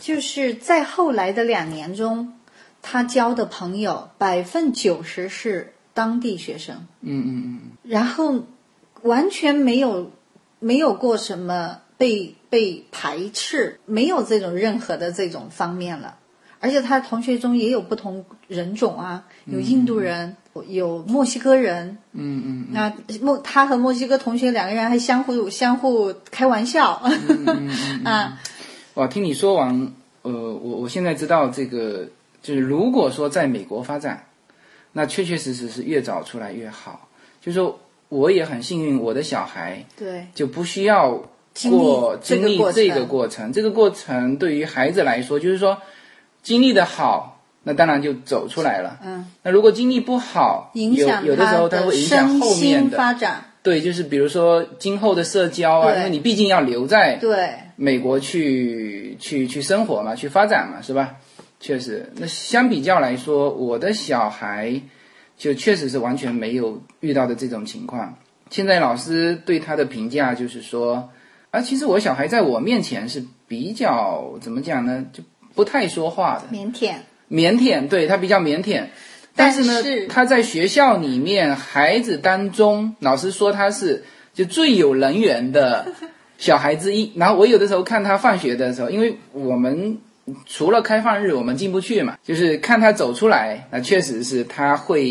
Speaker 3: 就是在后来的两年中，他交的朋友百分九十是当地学生，
Speaker 2: 嗯嗯嗯。
Speaker 3: 然后完全没有没有过什么被被排斥，没有这种任何的这种方面了。而且他同学中也有不同人种啊，有印度人，有墨西哥人，
Speaker 2: 嗯嗯
Speaker 3: 那墨他和墨西哥同学两个人还相互相互开玩笑， 啊，
Speaker 2: 哇，哦听你说完，呃，我我现在知道这个，就是如果说在美国发展，那确确实实是越早出来越好。就是说我也很幸运，我的小孩
Speaker 3: 对，
Speaker 2: 就不需要
Speaker 3: 经历
Speaker 2: 过
Speaker 3: 这
Speaker 2: 经
Speaker 3: 个
Speaker 2: 历
Speaker 3: 过
Speaker 2: 这个
Speaker 3: 程
Speaker 2: 过程。这个过程对于孩子来说，就是说经历的好，那当然就走出来了。
Speaker 3: 嗯，
Speaker 2: 那如果经历不好，
Speaker 3: 影响
Speaker 2: 有有的时候它
Speaker 3: 的
Speaker 2: 会影响
Speaker 3: 身
Speaker 2: 后面
Speaker 3: 心
Speaker 2: 的
Speaker 3: 发展，
Speaker 2: 对，就是比如说今后的社交啊，
Speaker 3: 对
Speaker 2: 因为你毕竟要留在
Speaker 3: 对，
Speaker 2: 美国去去去生活嘛，去发展嘛，是吧？确实，那相比较来说，我的小孩就确实是完全没有遇到的这种情况。现在老师对他的评价就是说，啊，其实我小孩在我面前是比较怎么讲呢，就不太说话的，
Speaker 3: 腼腆，
Speaker 2: 腼腆，对他比较腼腆。但是呢，
Speaker 3: 但是
Speaker 2: 他在学校里面孩子当中，老师说他是就最有人缘的小孩之一。 然后我有的时候看他放学的时候，因为我们除了开放日我们进不去嘛，就是看他走出来，那确实是他会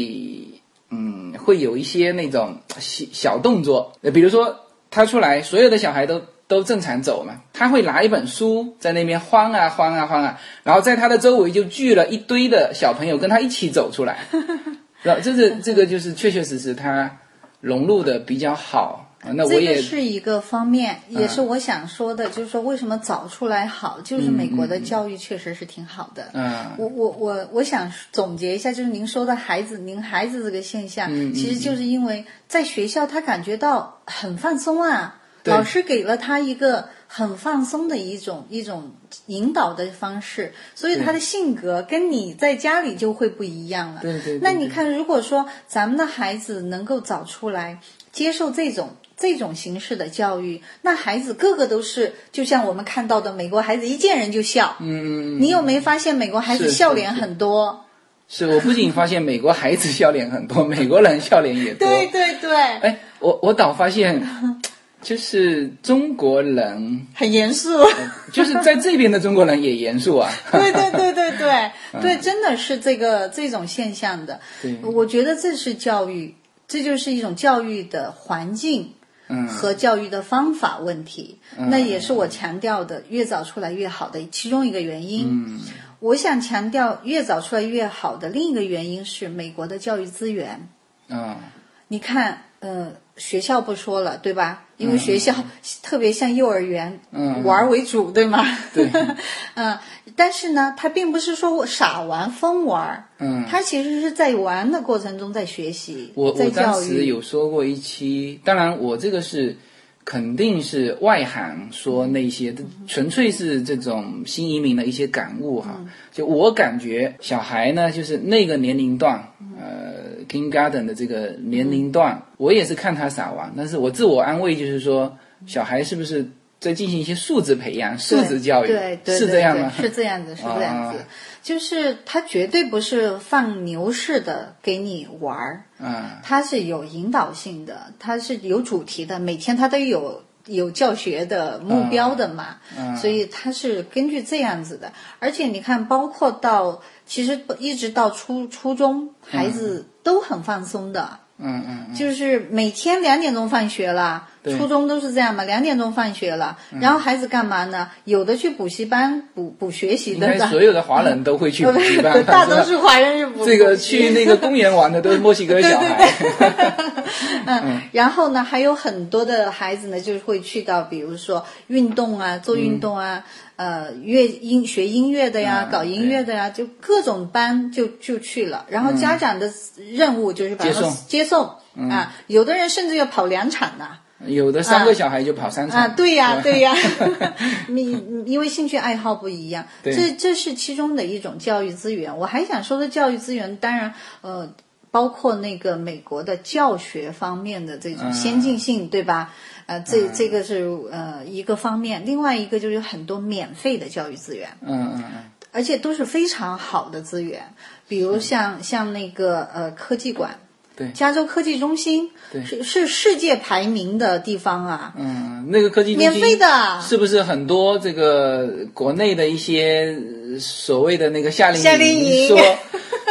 Speaker 2: 嗯会有一些那种小小动作，呃比如说他出来，所有的小孩都。都正常走嘛，他会拿一本书在那边晃啊晃啊晃啊，然后在他的周围就聚了一堆的小朋友跟他一起走出 来，然后这是这个就是确确实实他融入的比较好。啊那我
Speaker 3: 这
Speaker 2: 也嗯
Speaker 3: 个是一个方面，也是我想说的，就是说为什么早出来好，就是美国的教育确实是挺好的。
Speaker 2: 嗯
Speaker 3: 我我我我想总结一下，就是您说的孩子，您孩子这个现象，
Speaker 2: 嗯嗯
Speaker 3: 其实就是因为在学校他感觉到很放松啊，
Speaker 2: 对
Speaker 3: 老师给了他一个很放松的一种一种引导的方式，所以他的性格跟你在家里就会不一样了。
Speaker 2: 对对对
Speaker 3: 那你看，如果说咱们的孩子能够早出来接受这种。这种形式的教育，那孩子个个都是，就像我们看到的美国孩子一见人就笑，
Speaker 2: 嗯，
Speaker 3: 你有没发现美国孩子
Speaker 2: 是
Speaker 3: 笑脸很多？
Speaker 2: 是我不仅发现美国孩子笑脸很多，美国人笑脸也多。
Speaker 3: 对对对，
Speaker 2: 哎，我我倒发现，就是中国人，
Speaker 3: 很严肃。
Speaker 2: 就是在这边的中国人也严肃啊。
Speaker 3: 对对对对对
Speaker 2: 嗯
Speaker 3: 对，真的是这个这种现象的。
Speaker 2: 对
Speaker 3: 我觉得这是教育，这就是一种教育的环境
Speaker 2: 嗯，
Speaker 3: 和教育的方法问题。那也是我强调的，越早出来越好的其中一个原因。
Speaker 2: 嗯
Speaker 3: 我想强调，越早出来越好的另一个原因是美国的教育资源。
Speaker 2: 啊、
Speaker 3: 你看，呃，学校不说了，对
Speaker 2: 嗯
Speaker 3: 吧？因为学校特别像幼儿园，嗯，玩为主，对吗？
Speaker 2: 对，
Speaker 3: 嗯，但是呢，他并不是说我傻玩、疯玩，
Speaker 2: 嗯
Speaker 3: 他其实是在玩的过程中在学习，
Speaker 2: 我
Speaker 3: 在
Speaker 2: 我当
Speaker 3: 教
Speaker 2: 时
Speaker 3: 育，
Speaker 2: 有说过一期，当然我这个是肯定是外行说那些，纯粹是这种新移民的一些感悟哈。
Speaker 3: 嗯
Speaker 2: 就我感觉小孩呢，就是那个年龄段，
Speaker 3: 嗯
Speaker 2: 呃，kindergarten 的这个年龄段，我也是看他傻玩，但是我自我安慰就是说，小孩是不是在进行一些素质培养、素质教育，
Speaker 3: 对对，
Speaker 2: 是
Speaker 3: 对
Speaker 2: 这样
Speaker 3: 对
Speaker 2: 吗？
Speaker 3: 是这样子，是这样子
Speaker 2: 啊，
Speaker 3: 就是他绝对不是放牛似的给你玩儿，
Speaker 2: 啊，
Speaker 3: 它是有引导性的，它是有主题的，每天它都有有教学的目标的嘛，
Speaker 2: 啊
Speaker 3: 所以它是根据这样子的。而且你看，包括到其实一直到初初中，孩子都很放松的，
Speaker 2: 嗯嗯嗯，
Speaker 3: 就是每天两点钟放学了。
Speaker 2: 对嗯
Speaker 3: 初中都是这样嘛，两点钟放学了，然后孩子干嘛呢？有的去补习班补补学习
Speaker 2: 应
Speaker 3: 的
Speaker 2: 该
Speaker 3: 吧，
Speaker 2: 所有的华人都会去补习 班，
Speaker 3: 嗯大多
Speaker 2: 是吧
Speaker 3: 数华人是补
Speaker 2: 这个
Speaker 3: 补习
Speaker 2: 去哎那个公园玩的都是墨西哥小 孩。
Speaker 3: 嗯，然后呢，还有很多的孩子呢，就是会去到，比如说运动啊，做运动啊，呃，乐音学音乐的呀，
Speaker 2: 嗯
Speaker 3: 搞音乐的呀，就各种班就就去了。然后家长的任务就是把他
Speaker 2: 嗯接送嗯
Speaker 3: 们接送啊，有的人甚至要跑两场呢。
Speaker 2: 有的三个小孩就跑三场
Speaker 3: 啊，对呀、对呀、 你
Speaker 2: 嗯
Speaker 3: 因为兴趣爱好不一样，
Speaker 2: 对
Speaker 3: 这这是其中的一种教育资源。我还想说的教育资源，当然呃，包括那个美国的教学方面的这
Speaker 2: 嗯
Speaker 3: 种先进性，对吧？呃，这这个是呃一个方面，另外一个就是很多免费的教育资源，
Speaker 2: 嗯嗯
Speaker 3: 而且都是非常好的资源，比如像像那个呃科技馆。
Speaker 2: 对
Speaker 3: 加州科技中心
Speaker 2: 对
Speaker 3: 是是世界排名的地方啊，
Speaker 2: 嗯，那个科技中心
Speaker 3: 免费的
Speaker 2: 是不是很多这个国内的一些呃所谓的那个夏令
Speaker 3: 夏令营
Speaker 2: 说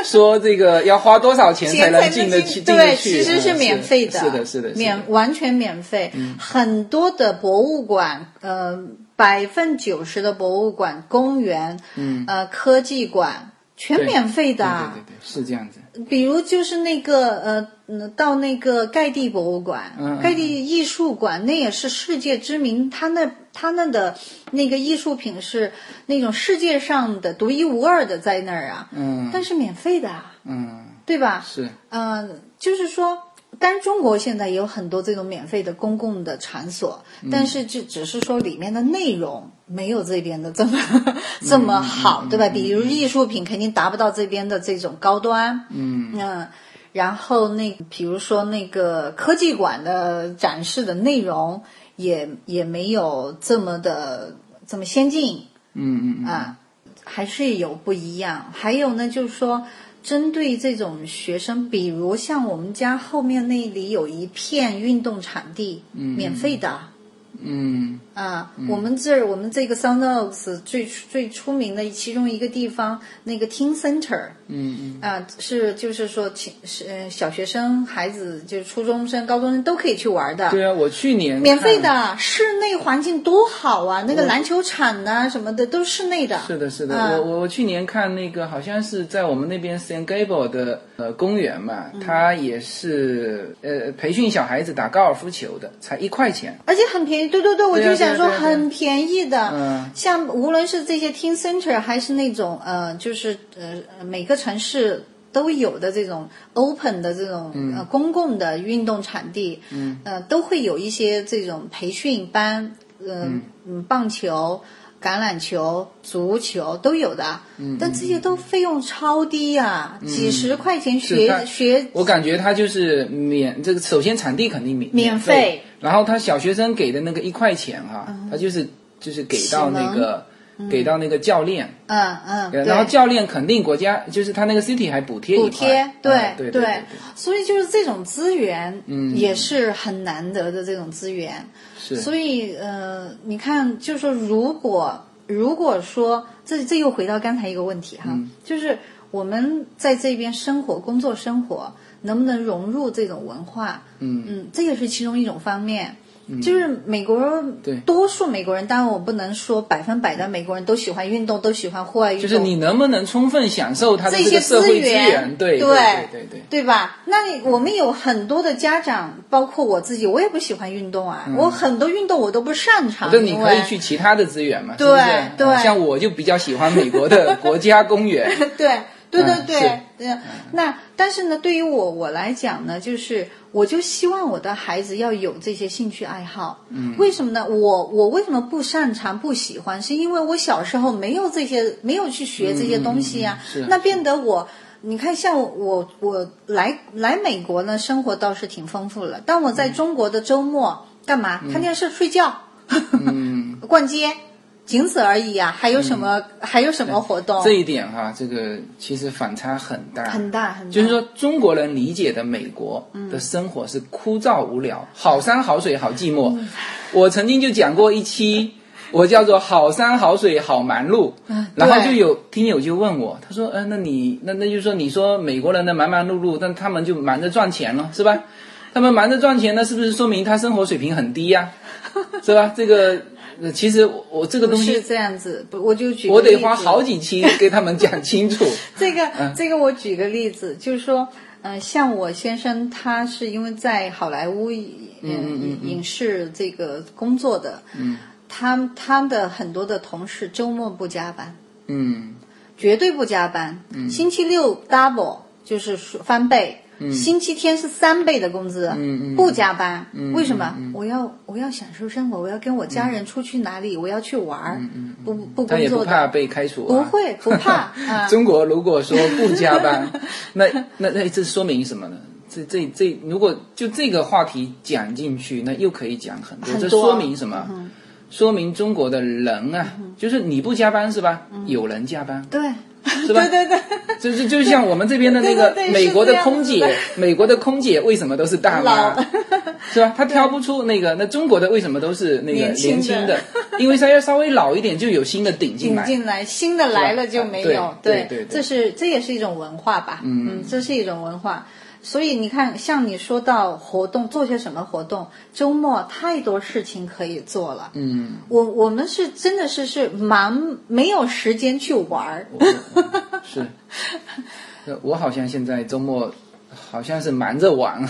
Speaker 2: 说这个要花多少钱才
Speaker 3: 钱才
Speaker 2: 能进得去？进得
Speaker 3: 对，
Speaker 2: 去
Speaker 3: 其实是免费
Speaker 2: 嗯
Speaker 3: 的，
Speaker 2: 是的，是的，嗯是的
Speaker 3: 免完全免费。很多的博物馆，呃，百分之九十的博物馆、公园，嗯，呃，科技馆全
Speaker 2: 对
Speaker 3: 免费的。啊
Speaker 2: 对对对对，是这样子。
Speaker 3: 比如就是那个呃，嗯到那个盖蒂博物馆、
Speaker 2: 嗯嗯
Speaker 3: 盖蒂艺术馆，那也是世界知名，它那它那的那个艺术品是那种世界上的独一无二的，在那儿啊，
Speaker 2: 嗯
Speaker 3: 但是免费的啊，
Speaker 2: 嗯，
Speaker 3: 对吧？
Speaker 2: 是
Speaker 3: 嗯、就是说，当然中国现在也有很多这种免费的公共的场所，但是就只是说里面的内容没有这边的这么 这么好，对吧？比如艺术品肯定达不到这边的这种高端，嗯然后那比如说那个科技馆的展示的内容也也没有这么的这么先进，
Speaker 2: 嗯嗯嗯
Speaker 3: 啊，还是有不一样。还有呢，就是说，针对这种学生，比如像我们家后面那里有一片运动场地，免费的。
Speaker 2: 嗯
Speaker 3: 啊，我们这儿我们这个 Sound Oaks 最最出名的其中一个地方，那个 Teen Center，
Speaker 2: 嗯嗯
Speaker 3: 啊，是就是说，请是呃小学生、孩子，就是初中生、高中生都可以去玩的。
Speaker 2: 嗯，对啊，嗯我去年
Speaker 3: 免费
Speaker 2: 看。
Speaker 3: 的，室内环境多好啊！那个篮球场呐、什么的都室内的。
Speaker 2: 是的，是的，
Speaker 3: 啊
Speaker 2: 我我我去年看那个好像是在我们那边 San Gable 的呃公园嘛，
Speaker 3: 嗯
Speaker 2: 他也是呃培训小孩子打高尔夫球的，才一块钱。
Speaker 3: 而且很便宜，对对对，我
Speaker 2: 对啊
Speaker 3: 就想说
Speaker 2: 对啊对啊
Speaker 3: 很便宜的。
Speaker 2: 嗯
Speaker 3: 像无论是这些 Teen Center 还是那种呃，就是呃每个城市都有的这种 open 的这种、
Speaker 2: 嗯
Speaker 3: 呃公共的运动场地，嗯，呃，都会有一些这种培训班，呃、嗯，棒球。橄榄球、足球都有的，嗯、但这些都费用超低啊，几十块钱
Speaker 2: 嗯是
Speaker 3: 学
Speaker 2: 它
Speaker 3: 学
Speaker 2: 我感觉他就是免这个，首先场地肯定免
Speaker 3: 免费嗯
Speaker 2: 费，然后他小学生给的那个一块钱哈、他就是就是给到那个。给到那个教练，
Speaker 3: 嗯嗯，对
Speaker 2: 然后教练肯定国家就是他那个 city 还补贴一
Speaker 3: 补
Speaker 2: 块，
Speaker 3: 贴，
Speaker 2: 嗯对
Speaker 3: 对
Speaker 2: 对
Speaker 3: 所以就是这种资源，嗯，也是很难得的这种资源。
Speaker 2: 是，
Speaker 3: 所以呃，你看，就是说，如果如果说这这又回到刚才一个问题哈，
Speaker 2: 嗯
Speaker 3: 就是我们在这边生活、工嗯作、生活，能不能融入这种文化？嗯这也是其中一种方面。就是美国人，
Speaker 2: 对
Speaker 3: 多数美国人，当然我不能说百分百的美国人都喜欢运动，都喜欢户外运
Speaker 2: 就
Speaker 3: 动。
Speaker 2: 是你能不能充分享受它的
Speaker 3: 这
Speaker 2: 这
Speaker 3: 些
Speaker 2: 个社会资
Speaker 3: 源，
Speaker 2: 对
Speaker 3: 对
Speaker 2: 对对对，
Speaker 3: 吧？那你我们有很多的家长，包括我自己，我也不喜欢运动啊，
Speaker 2: 嗯
Speaker 3: 我很多运动我都不擅长。
Speaker 2: 那你可以
Speaker 3: 因为
Speaker 2: 去其他的资源嘛，
Speaker 3: 对
Speaker 2: 是不是？
Speaker 3: 对
Speaker 2: 嗯像我就比较喜欢美国的 国家公园，
Speaker 3: 对对对
Speaker 2: 嗯
Speaker 3: 对
Speaker 2: 是，
Speaker 3: 对。那但是呢，对于我我来讲呢，就是我就希望我的孩子要有这些兴趣爱好。嗯，为什么呢？我我为什么不擅长、不喜欢？是因为我小时候没有这些，没有去学这些东西
Speaker 2: 嗯
Speaker 3: 呀、
Speaker 2: 嗯嗯是
Speaker 3: 那变得我。你看，像我我来来美国呢，生活倒是挺丰富了。但我在中国的周末干嘛？看电视、睡觉、
Speaker 2: 嗯，
Speaker 3: 逛街，仅此而已呀、还有什么、还有什么活动？
Speaker 2: 这一点哈，这个其实反差很大，
Speaker 3: 哦很大嗯很大。
Speaker 2: 就是说，中国人理解的美国的生活是枯燥无聊，好山好水好寂寞。
Speaker 3: 嗯
Speaker 2: 我曾经就讲过一期，我叫做“好山好水好忙碌”，哎然后就有听友就问我，他说：“呃，那你那那就说你说美国人的忙忙碌碌，但他们就忙着赚钱了，是吧？他们忙着赚钱，那是不是说明他生活水平很低呀、是吧？这个呃其实我我这个
Speaker 3: 不
Speaker 2: 东
Speaker 3: 是
Speaker 2: 西，
Speaker 3: 这样子，不，我就举个
Speaker 2: 我得
Speaker 3: 例子
Speaker 2: 花好几嗯期给他们讲清楚。
Speaker 3: 这个、这个我举个例子，就是说，嗯、像我先生他是因为在好莱坞影、
Speaker 2: 嗯
Speaker 3: 影影视这个工作的，嗯，他他的很多的同事周末不加班，
Speaker 2: 嗯
Speaker 3: 绝对不加班，星期六 double 就是翻倍。星期天是三倍的工资，
Speaker 2: 嗯嗯嗯
Speaker 3: 不加班，为什么？
Speaker 2: 嗯
Speaker 3: 我要我要享受生活，我要跟我家人出去哪里，我要去玩
Speaker 2: 嗯
Speaker 3: 儿，不不
Speaker 2: 他
Speaker 3: 工
Speaker 2: 也不
Speaker 3: 作的，
Speaker 2: 怕被开除、啊，
Speaker 3: 不会不 怕 啊。
Speaker 2: 中国如果说不加班， 那那那这说明什么呢？这这这，如果就这个话题讲进去，那又可以讲很多。
Speaker 3: 很
Speaker 2: 这
Speaker 3: 多嗯
Speaker 2: 说明什么？说明中国的人啊，就是你不加班是吧？
Speaker 3: 嗯
Speaker 2: 有人加班，
Speaker 3: 对，
Speaker 2: 是吧
Speaker 3: 对对对，
Speaker 2: 就就就像我们这边的那个
Speaker 3: 对对对
Speaker 2: 美国的空
Speaker 3: 是这
Speaker 2: 姐
Speaker 3: 样子，
Speaker 2: 美国的空姐为什么都是大妈
Speaker 3: 老？
Speaker 2: 是吧？ 她挑不出那个，那中国的为什么都是那个
Speaker 3: 年轻的
Speaker 2: 年轻的？因为她要稍微老一点就有新的顶进
Speaker 3: 引
Speaker 2: 来。
Speaker 3: 进来新的来了就没有
Speaker 2: 啊，对
Speaker 3: 对
Speaker 2: 对对对
Speaker 3: 这是这也是一种文化吧，
Speaker 2: 嗯
Speaker 3: 这是一种文化。所以你看，像你说到活动，做些什么活动？周末太多事情可以做了。
Speaker 2: 嗯，
Speaker 3: 我我们是真的是是忙，没有时间去玩儿。
Speaker 2: 是， 呃我好像现在周末好像是忙着玩，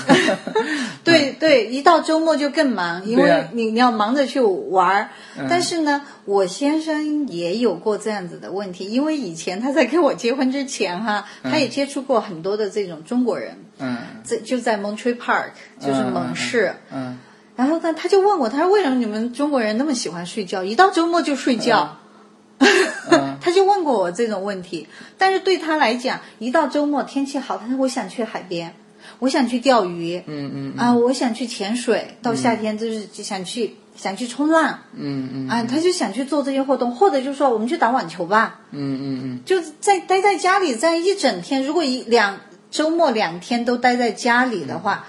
Speaker 3: 对对，一到周末就更忙，因
Speaker 2: 嗯对
Speaker 3: 为
Speaker 2: 啊嗯
Speaker 3: 你你要忙着去玩儿。但是呢，我先生也有过这样子的问题，因为以前他在跟我结婚之前哈，他也接触过很多的这种中国人，
Speaker 2: 嗯
Speaker 3: 这就在 Montreal Park，就是
Speaker 2: 嗯
Speaker 3: 蒙市。
Speaker 2: 嗯，
Speaker 3: 然后呢，他就问我，他说为什么你们中国人那么喜欢睡觉，一到周末就睡觉？
Speaker 2: 嗯
Speaker 3: 他就问过我这种问题，但是对他来讲，一到周末天气好，他说我想去海边，我想去钓鱼，嗯嗯啊，我想去潜水，到夏天就是想去、想去冲浪，
Speaker 2: 嗯嗯
Speaker 3: 啊，他就想去做这些活动，或者就说我们去打网球吧，
Speaker 2: 嗯嗯嗯，
Speaker 3: 就在待在家里在一整天，如果一两周末两天都待在家里的
Speaker 2: 嗯
Speaker 3: 话，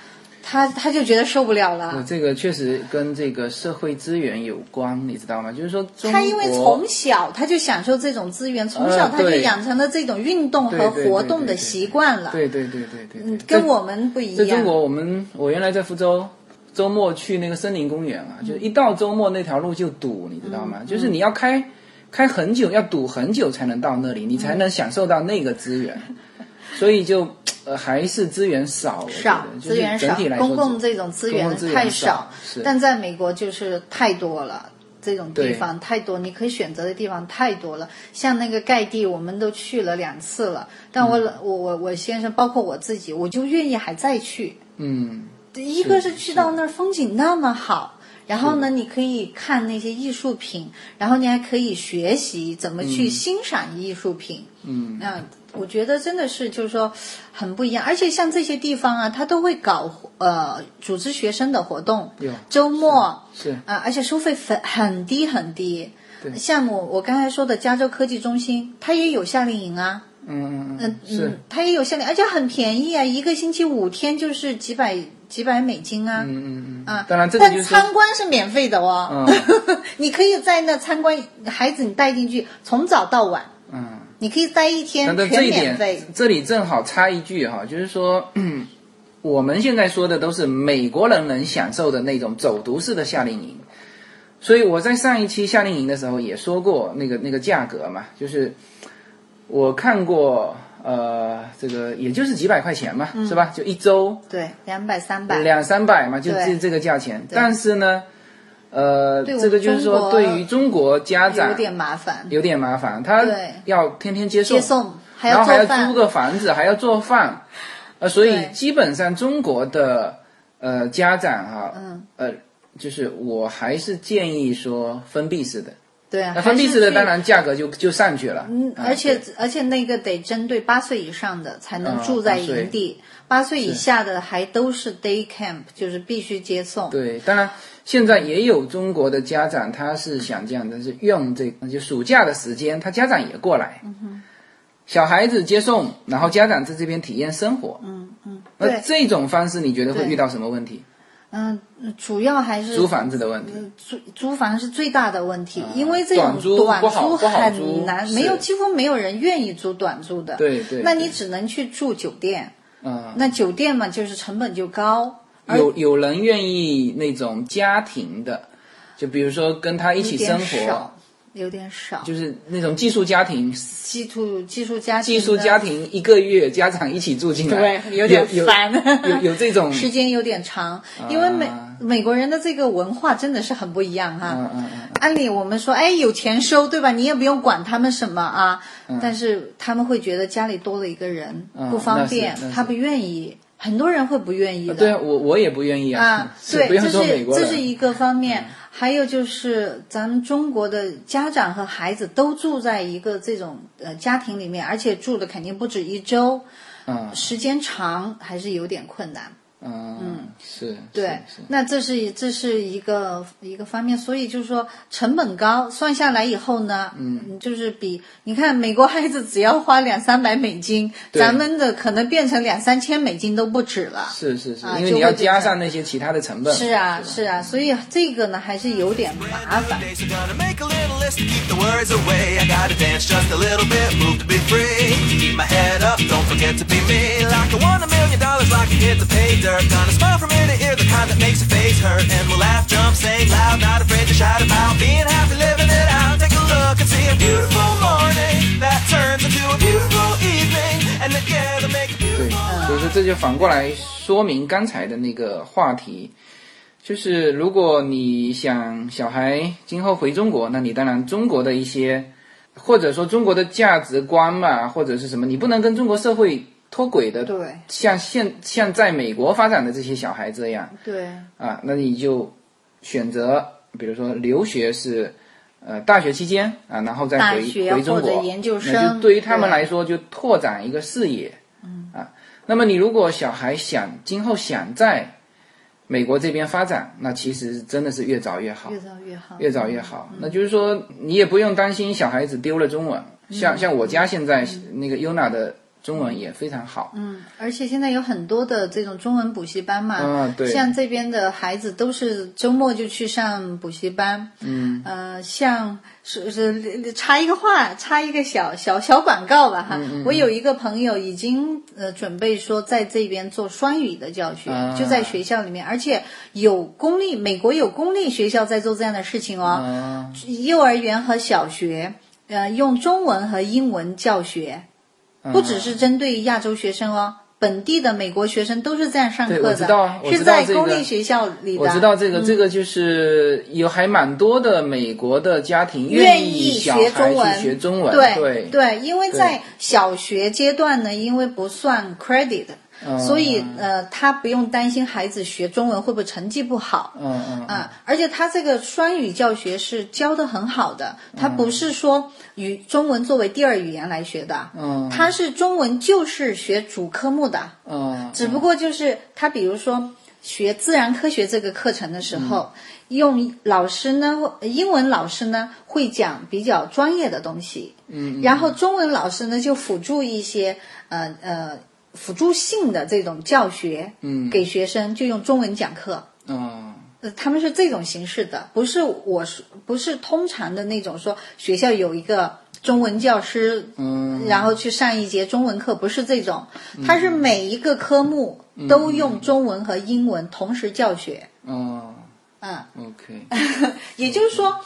Speaker 3: 他他就觉得受不了了。
Speaker 2: 我呃这个确实跟这个社会资源有关，你知道吗？就是说中国，呃
Speaker 3: 他因为从小他就享受这种资源，从小他就
Speaker 2: 对
Speaker 3: 养成了这种运动
Speaker 2: 对
Speaker 3: 和
Speaker 2: 对对
Speaker 3: 活动
Speaker 2: 对
Speaker 3: 的
Speaker 2: 对
Speaker 3: 习惯了。
Speaker 2: 对对对对对，对
Speaker 3: 嗯，跟
Speaker 2: 在
Speaker 3: 我们不一
Speaker 2: 在中
Speaker 3: 样。
Speaker 2: 国，我们我原来在福州，周末去那个森林公园啊，
Speaker 3: 嗯
Speaker 2: 就一到周末那条路就堵，你知道吗？就是你要开开很久，要堵很久才能到那里，你才能享受到那个资 源。所以就呃还是资源少，我觉得
Speaker 3: 少
Speaker 2: 就是
Speaker 3: 资源
Speaker 2: 整
Speaker 3: 少
Speaker 2: 体来，说
Speaker 3: 公共这种资
Speaker 2: 公
Speaker 3: 源
Speaker 2: 共资源
Speaker 3: 太
Speaker 2: 少是
Speaker 3: 但在美国就是太多了，这种地
Speaker 2: 对
Speaker 3: 方太多，你可以选择的地方太多了。像那个盖地，我们都去了两次了，但
Speaker 2: 嗯
Speaker 3: 我、我我我先生，包括我自己，我就愿意还再去。
Speaker 2: 嗯
Speaker 3: 一个是去到那儿风景那么好，然后呢，你可以看那些艺术品，然后你还可以学习怎么去欣赏艺术品。
Speaker 2: 嗯
Speaker 3: 那我觉得真的是就是说很不一样，而且像这些地方啊，他都会搞呃组织学生的活动
Speaker 2: 有，
Speaker 3: 周末
Speaker 2: 是
Speaker 3: 啊，而且收费很很低很低。
Speaker 2: 对
Speaker 3: 像我我刚才说的加州科技中心，它也有夏令营啊，
Speaker 2: 嗯嗯嗯
Speaker 3: 嗯，
Speaker 2: 是
Speaker 3: 嗯，它也有限量，而且很便宜啊，一个星期五天就是几百几百美金啊。
Speaker 2: 嗯嗯嗯
Speaker 3: 啊，
Speaker 2: 当然这个就是
Speaker 3: 但
Speaker 2: 嗯
Speaker 3: 参观是免费的哦， 你可以在那参观，孩子你带进去，从早到晚，
Speaker 2: 嗯。
Speaker 3: 你可以待一天
Speaker 2: 那在这
Speaker 3: 全
Speaker 2: 一
Speaker 3: 免
Speaker 2: 点
Speaker 3: 费。，
Speaker 2: 这里正好插一句哈，就是说， 我们现在说的都是美国人能享受的那种走读式的夏令营。所以我在上一期夏令营的时候也说过那个那个价格嘛，就是我看过呃这个也就是几百块钱嘛，是吧？就一周
Speaker 3: 对，两百嗯三百，
Speaker 2: 两三百嘛，就
Speaker 3: 对
Speaker 2: 这这个价钱。但是呢，呃，
Speaker 3: 对我
Speaker 2: 这
Speaker 3: 们
Speaker 2: 个就是
Speaker 3: 中
Speaker 2: 说
Speaker 3: 国
Speaker 2: 对于中国家长
Speaker 3: 有点麻烦，
Speaker 2: 有点麻烦，他
Speaker 3: 对
Speaker 2: 要天天接送，
Speaker 3: 接送还
Speaker 2: 然
Speaker 3: 要
Speaker 2: 后还
Speaker 3: 做
Speaker 2: 要租
Speaker 3: 饭，
Speaker 2: 个房子，还要做饭，呃，所以
Speaker 3: 对
Speaker 2: 基本上中国的呃家长哈、
Speaker 3: 嗯，
Speaker 2: 呃，就是我还是建议说封闭式的，
Speaker 3: 对啊
Speaker 2: 那，封闭
Speaker 3: 还是
Speaker 2: 式的
Speaker 3: 去
Speaker 2: 当然价格就就上去了，
Speaker 3: 嗯，
Speaker 2: 啊
Speaker 3: 而且
Speaker 2: 对
Speaker 3: 而且那个得针对八岁以上的才能
Speaker 2: 啊
Speaker 3: 住在
Speaker 2: 八岁
Speaker 3: 营地，八岁以
Speaker 2: 是
Speaker 3: 下的还都是 day camp，就是必须接送。
Speaker 2: 对，当然现在也有中国的家长，他是想这样，但是用这个就暑假的时间，他家长也过来，
Speaker 3: 嗯
Speaker 2: 小孩子接送，然后家长在这边体验生活。嗯嗯，那
Speaker 3: 对
Speaker 2: 这种方式你觉得会
Speaker 3: 对
Speaker 2: 遇到什么问题？
Speaker 3: 嗯，主要还是
Speaker 2: 租房子的问题。
Speaker 3: 租租房是最大的问题，因为这
Speaker 2: 短
Speaker 3: 种
Speaker 2: 租
Speaker 3: 短
Speaker 2: 不好
Speaker 3: 租
Speaker 2: 不好租
Speaker 3: 很难，没有
Speaker 2: 是
Speaker 3: 几乎没有人愿意租短租的。
Speaker 2: 对对
Speaker 3: 那
Speaker 2: 对
Speaker 3: 你只能去住酒店，
Speaker 2: 嗯，
Speaker 3: 那酒店嘛就是成本就高，而
Speaker 2: 有有人愿意那种家庭的，就比如说跟他一
Speaker 3: 有
Speaker 2: 起生
Speaker 3: 点
Speaker 2: 活
Speaker 3: 少，，有点少。
Speaker 2: 就是那种寄宿家庭，
Speaker 3: 寄宿寄宿家庭
Speaker 2: 寄
Speaker 3: 的，
Speaker 2: 宿家庭一个月家长一起住进来，
Speaker 3: 对，有点
Speaker 2: 有
Speaker 3: 烦。
Speaker 2: 有有这种啊
Speaker 3: 时间有点长，因为美美国人的这个文化真的是很不一样哈、
Speaker 2: 嗯嗯嗯
Speaker 3: 按理我们说，哎，有钱收，对吧？你也不用管他们什么啊。但是他们会觉得家里多了一个人、
Speaker 2: 嗯
Speaker 3: 不方便
Speaker 2: 那是那，是
Speaker 3: 他不愿意。很多人会不愿意的。
Speaker 2: 啊对啊，我我也不愿意
Speaker 3: 啊，
Speaker 2: 是
Speaker 3: 对，
Speaker 2: 不用
Speaker 3: 这
Speaker 2: 说美
Speaker 3: 是
Speaker 2: 国
Speaker 3: 这
Speaker 2: 人，嗯
Speaker 3: 是一个方面，还有就是咱们中国的家长和孩子都住在一个这种呃家庭里面，而且住的肯定不止一周，
Speaker 2: 嗯
Speaker 3: 时间长还是有点困难。
Speaker 2: 嗯嗯，是，
Speaker 3: 对
Speaker 2: 是，
Speaker 3: 那这是这是一个一个方面，所以就是说成本高，算下来以后呢，嗯，就是比你看美国孩子只要花两三百美金，
Speaker 2: 对
Speaker 3: 咱们的可能变成两三千美金都不止了。
Speaker 2: 是是是是
Speaker 3: 啊，
Speaker 2: 因为
Speaker 3: 就
Speaker 2: 你要
Speaker 3: 会变
Speaker 2: 加
Speaker 3: 成
Speaker 2: 上那些其他的成本嘛，
Speaker 3: 是啊，
Speaker 2: 吧
Speaker 3: 是啊，所以这个呢还是有点麻烦。
Speaker 1: Days are gonna make a little list to keep the worries away. I gotta dance just a little bit, move to be free. Keep my head up, don't forget to be me. Like I won a million dollars, like I hit the pay dirt. Gonna smile from ear to ear, the kind that makes your face hurt. And we'll laugh, jump, sing loud, not afraid to shout about being happy, living it out. Take a look and see a beautiful morning that turns into a beautiful evening. And together make a
Speaker 2: 对
Speaker 1: beautiful，
Speaker 2: 所以说这就反过来说明刚才的那个话题，就是如果你想小孩今后回中国，那你当然中国的一些，或者说中国的价值观嘛，或者是什么，你不能跟中国社会脱轨的，
Speaker 3: 对
Speaker 2: 像现像在美国发展的这些小孩这样
Speaker 3: 对
Speaker 2: 啊，那你就选择，比如说留学是。呃，大学期间啊，然后再回
Speaker 3: 大学
Speaker 2: 回中国
Speaker 3: 或者研究生
Speaker 2: 那就对于他们
Speaker 3: 对嗯
Speaker 2: 来说就拓展一个视野，啊那么你如果小孩想今后想在美国这边发展，那其实真的是越早越好
Speaker 3: 越，嗯早越好。
Speaker 2: 越早越好。那就是说，你也不用担心小孩子丢了中文。
Speaker 3: 嗯
Speaker 2: 像像我家现在那个 UNA 的中文也非常好，
Speaker 3: 嗯，而且现在有很多的这种中文补习班嘛，
Speaker 2: 啊对
Speaker 3: 像这边的孩子都是周末就去上补习班，嗯，呃，像是是呃插一个话，插一个小小小广告吧
Speaker 2: 嗯
Speaker 3: 哈，我有一个朋友已经呃准备说在这边做双语的教学，
Speaker 2: 啊
Speaker 3: 就在学校里面，而且有公立，美国有公立学校在做这样的事情哦，
Speaker 2: 啊，
Speaker 3: 幼儿园和小学，呃，用中文和英文教学，
Speaker 2: 呃嗯
Speaker 3: 不只是针对亚洲学生哦，本地的美国学生都是这样上
Speaker 2: 对
Speaker 3: 课
Speaker 2: 我
Speaker 3: 的，
Speaker 2: 知道啊我
Speaker 3: 是
Speaker 2: 知道
Speaker 3: 在
Speaker 2: 这个
Speaker 3: 公立学校里的。
Speaker 2: 我知道
Speaker 3: 嗯
Speaker 2: 这个，这个就是有还蛮多的美国的家庭
Speaker 3: 愿
Speaker 2: 意小
Speaker 3: 学中
Speaker 2: 孩
Speaker 3: 文，
Speaker 2: 去学中文，
Speaker 3: 对
Speaker 2: 对，
Speaker 3: 因为在小学阶段呢，因为不算 credit，、
Speaker 2: 嗯
Speaker 3: 所以呃，他不用担心孩子学中文会不会成绩不好。
Speaker 2: 嗯嗯嗯
Speaker 3: 啊，而且他这个双语教学是教的很好的，
Speaker 2: 嗯
Speaker 3: 他不是说语中文作为第二语言来学的，
Speaker 2: 嗯
Speaker 3: 他是中文就是学主科目的，
Speaker 2: 嗯，
Speaker 3: 只不过就是他，比如说学自然科学这个课程的时候，用老师呢，英文老师呢会讲比较专业的东西，嗯，然后中文老师呢就辅助一些呃呃辅助性的这种教学，
Speaker 2: 嗯
Speaker 3: 给学生就用中文讲课，
Speaker 2: 嗯
Speaker 3: 呃，他们是这种形式的，不是我是不是通常的那种说学校有一个中文教师，
Speaker 2: 嗯，
Speaker 3: 然后去上一节中文课，不是这种，它是每一个科目都用中文和英文同时教学，
Speaker 2: 哦
Speaker 3: 嗯，
Speaker 2: ，OK，
Speaker 3: 也就是说，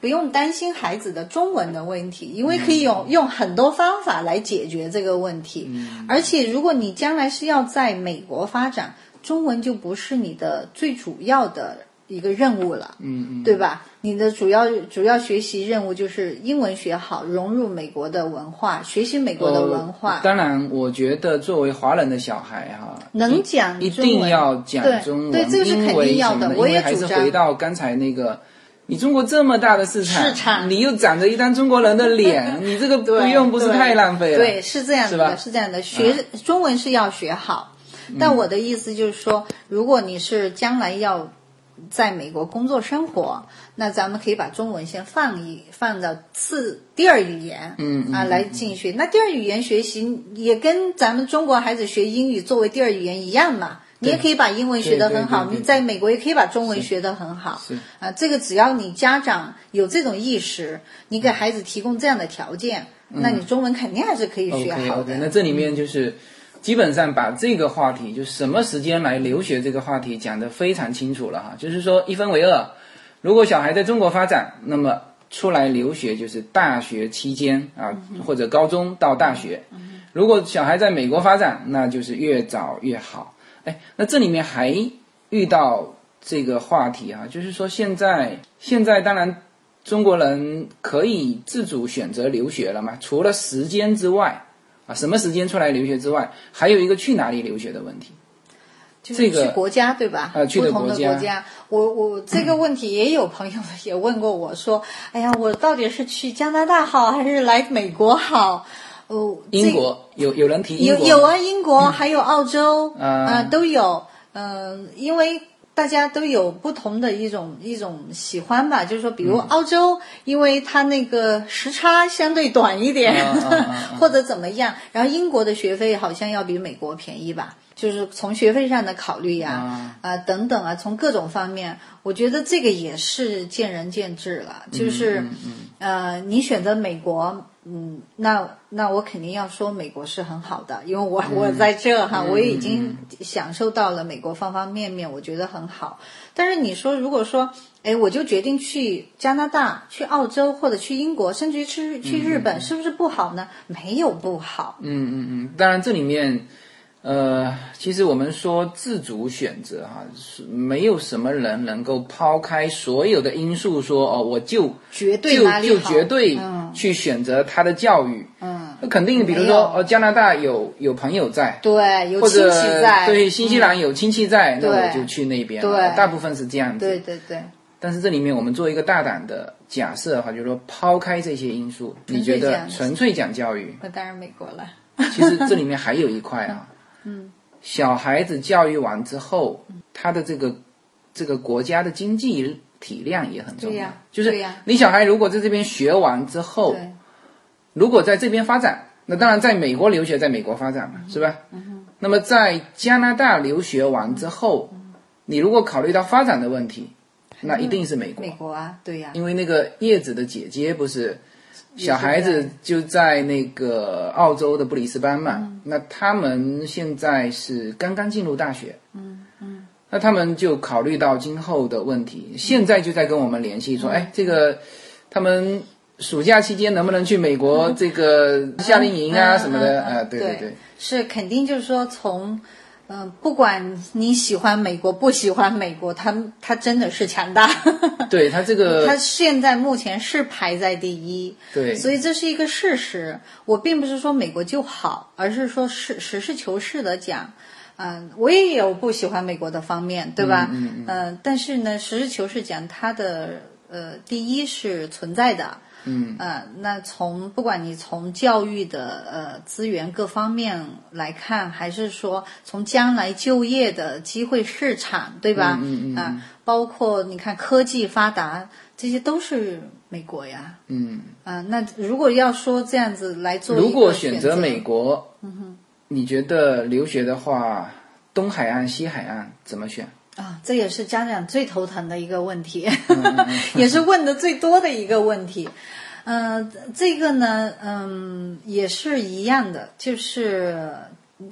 Speaker 3: 不用担心孩子的中文的问题，因为可
Speaker 2: 嗯
Speaker 3: 以用用很多方法来解决这个问题。而且，如果你将来是要在美国发展，中文就不是你的最主要的一个任务了，
Speaker 2: 嗯嗯，
Speaker 3: 对吧？你的主要主要学习任务就是英文学好，融入美国的文化，学习美国的文化
Speaker 2: 呃，当然，我觉得作为华人的小孩哈，
Speaker 3: 能讲
Speaker 2: 一
Speaker 3: 中文
Speaker 2: 定要讲中文，
Speaker 3: 对对，这个是肯定要
Speaker 2: 的。
Speaker 3: 我
Speaker 2: 因为
Speaker 3: 也
Speaker 2: 还
Speaker 3: 主
Speaker 2: 是
Speaker 3: 张
Speaker 2: 回。到刚才那个，你中国这么大的市场，
Speaker 3: 市场
Speaker 2: 你又长着一张中国人的 脸，你这个不
Speaker 3: 对
Speaker 2: 用不是
Speaker 3: 对
Speaker 2: 太浪费了？
Speaker 3: 对，是这样
Speaker 2: 是
Speaker 3: 子
Speaker 2: 吧嗯
Speaker 3: 的，是这样的，学、中文是要学好。但我的意思就是说，如果你是将来要在美国工作生活，那咱们可以把中文先放一放到次第二语言，
Speaker 2: 嗯嗯
Speaker 3: 啊来进学。那第二语言学习也跟咱们中国孩子学英语作为第二语言一样嘛。你也可以把英文学得很好，
Speaker 2: 对对对对
Speaker 3: 你在美国也可以把中文学得很好
Speaker 2: 是。
Speaker 3: 啊，这个只要你家长有这种意识，你给孩子提供这样的条件，那你中文肯定还是可以学
Speaker 2: OK
Speaker 3: 好的。嗯
Speaker 2: OK，那这里面就是基本上把这个话题，就是什么时间来留学这个话题讲得非常清楚了哈，就是说一分为二。如果小孩在中国发展，那么出来留学就是大学期间啊，
Speaker 3: 嗯
Speaker 2: 或者高中到大学。如果小孩在美国发展，那就是越早越好。哎，那这里面还遇到这个话题啊，就是说现在现在当然中国人可以自主选择留学了嘛，除了时间之外啊，什么时间出来留学之外，还有一个去哪里留学的问题。
Speaker 3: 就是
Speaker 2: 这
Speaker 3: 去
Speaker 2: 个
Speaker 3: 国家对吧？
Speaker 2: 呃去的
Speaker 3: 不同的
Speaker 2: 国家
Speaker 3: 国家，我我这个问题也有朋友也问过我说，哎呀，我到底是去加拿大好，还是来美国好？哦，这
Speaker 2: 英国有有人提英
Speaker 3: 有
Speaker 2: 国嗯
Speaker 3: 有啊，英国还有澳洲，
Speaker 2: 啊
Speaker 3: 呃都有，嗯、因为。大家都有不同的一种一种喜欢吧，就是说，比如
Speaker 2: 嗯
Speaker 3: 澳洲，因为它那个时差相对短一点，
Speaker 2: 啊啊啊啊
Speaker 3: 或者怎么样，然后英国的学费好像要比美国便宜吧，就是从学费上的考虑呀、
Speaker 2: 啊
Speaker 3: 啊、等等啊，从各种方面，我觉得这个也是见仁见智了。就是，
Speaker 2: 嗯
Speaker 3: 呃，你选择美国，嗯，那那我肯定要说美国是很好的，因为
Speaker 2: 嗯
Speaker 3: 我、我在这哈，我已经享受到了美国方方面面，我觉得很好。但是你说，如果说，哎，我就决定去加拿大、去澳洲或者去英国，甚至于去去日本，是不是不好呢？没有不好，
Speaker 2: 嗯嗯嗯，当然这里面，呃，其实我们说自主选择哈，是没有什么人能够抛开所有的因素说哦，我就
Speaker 3: 绝对
Speaker 2: 就
Speaker 3: 哪里
Speaker 2: 就
Speaker 3: 好
Speaker 2: 绝对
Speaker 3: 嗯
Speaker 2: 去选择他的教育。
Speaker 3: 嗯，
Speaker 2: 那肯定，比如
Speaker 3: 没有
Speaker 2: 说哦，加拿大有有朋友在。
Speaker 3: 对，有
Speaker 2: 或
Speaker 3: 亲
Speaker 2: 者
Speaker 3: 戚在，嗯
Speaker 2: 对新西兰有亲戚在，那我
Speaker 3: 对
Speaker 2: 就去那边。
Speaker 3: 对
Speaker 2: 大部分是这样子。
Speaker 3: 对对对。
Speaker 2: 但是这里面我们做一个大胆的假设的话，就是说抛开这些因素，你
Speaker 3: 纯粹
Speaker 2: 觉得
Speaker 3: 讲
Speaker 2: 纯粹讲教育，
Speaker 3: 那当然美国了。
Speaker 2: 其实这里面还有一块啊， 嗯，小孩子教育完之后，他的这个这个国家的经济体量也很重要。
Speaker 3: 对呀
Speaker 2: 就是
Speaker 3: 对呀
Speaker 2: 你小孩如果在这边学完之后，
Speaker 3: 对，
Speaker 2: 如果在这边发展，那当然在美国留学，在美国发展嘛，是吧？
Speaker 3: 嗯
Speaker 2: 那么在加拿大留学完之后，
Speaker 3: 嗯
Speaker 2: 你如果考虑到发展的问题，那一定是美国。
Speaker 3: 美国啊，对呀、
Speaker 2: 因为那个叶子的姐姐不是
Speaker 3: 在
Speaker 2: 小孩子就在那个澳洲的布里斯班嘛，
Speaker 3: 嗯
Speaker 2: 那他们现在是刚刚进入大学，嗯嗯，那他们就考虑到今后的问题，
Speaker 3: 嗯
Speaker 2: 现在就在跟我们联系说，哎，这个他们。暑假期间能不能去美国这个夏令营啊
Speaker 3: 嗯
Speaker 2: 什么的
Speaker 3: 嗯
Speaker 2: 啊？对
Speaker 3: 对
Speaker 2: 对，
Speaker 3: 是肯定就是说从，嗯、不管你喜欢美国不喜欢美国，他他真的是强大，
Speaker 2: 对他这
Speaker 3: 他
Speaker 2: 个
Speaker 3: 现在目前是排在第一，
Speaker 2: 对，
Speaker 3: 所以这是一个事实。我并不是说美国就好，而是说实实事求是的讲。嗯，我也有不喜欢美国的方面，对吧？嗯嗯但是呢，实事求是讲，它的呃，第一是存在的，
Speaker 2: 嗯
Speaker 3: 呃，那从不管你从教育的呃资源各方面来看，还是说从将来就业的机会市场，对吧？
Speaker 2: 嗯嗯嗯
Speaker 3: 啊、包括你看科技发达，这些都是美国呀。
Speaker 2: 嗯，
Speaker 3: 啊、那如果要说这样子来做一个
Speaker 2: 如
Speaker 3: 选择，
Speaker 2: 果选择美国，
Speaker 3: 嗯
Speaker 2: 你觉得留学的话，东海岸、西海岸怎么选？
Speaker 3: 啊，这也 是家长最头疼的一个问题，也是问的最多的一个问题。呃，这个呢，嗯，也是一样的，就是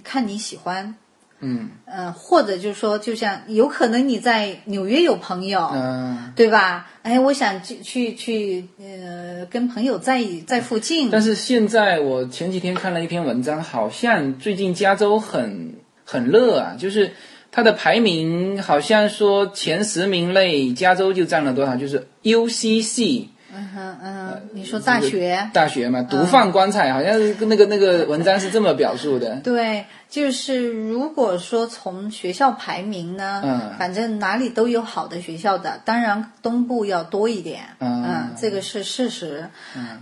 Speaker 3: 看你喜欢，
Speaker 2: 嗯
Speaker 3: 呃，或者就是说，就像有可能你在纽约有朋友，
Speaker 2: 嗯，
Speaker 3: 对吧？哎，我想去去去，呃，跟朋友在一在附近，
Speaker 2: 但是现在我前几天看了一篇文章，好像最近加州很很热啊，就是它的排名好像说前十名内加州就占了多少，就是 UCC
Speaker 3: 嗯哼
Speaker 2: 呃
Speaker 3: 嗯，你说大学，嗯
Speaker 2: 大学嘛，毒贩棺材，好像是那个那个文章是这么表述的。
Speaker 3: 对，就是如果说从学校排名呢，
Speaker 2: 嗯
Speaker 3: 反正哪里都有好的学校的，当然东部要多一点，
Speaker 2: 嗯
Speaker 3: 这个是事实。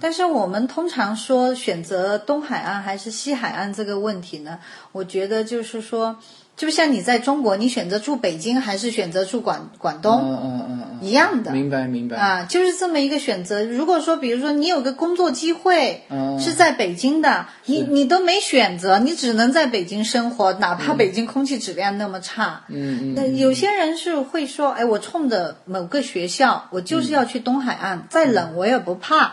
Speaker 3: 但是我们通常说选择东海岸还是西海岸这个问题呢，我觉得就是说，就像你在中国，你选择住北京还是选择住广广东、
Speaker 2: 嗯嗯嗯嗯，
Speaker 3: 一样的，
Speaker 2: 明白明白。
Speaker 3: 啊，就是这么一个选择。如果说，比如说你有个工作机会、
Speaker 2: 嗯
Speaker 3: 是在北京的，你你都没选择，你只能在北京生活，哪怕北京空气质量那么差。
Speaker 2: 嗯嗯
Speaker 3: 那有些人是会说，哎，我冲着某个学校，我
Speaker 2: 嗯
Speaker 3: 就是要去东海岸，再冷我也 不怕，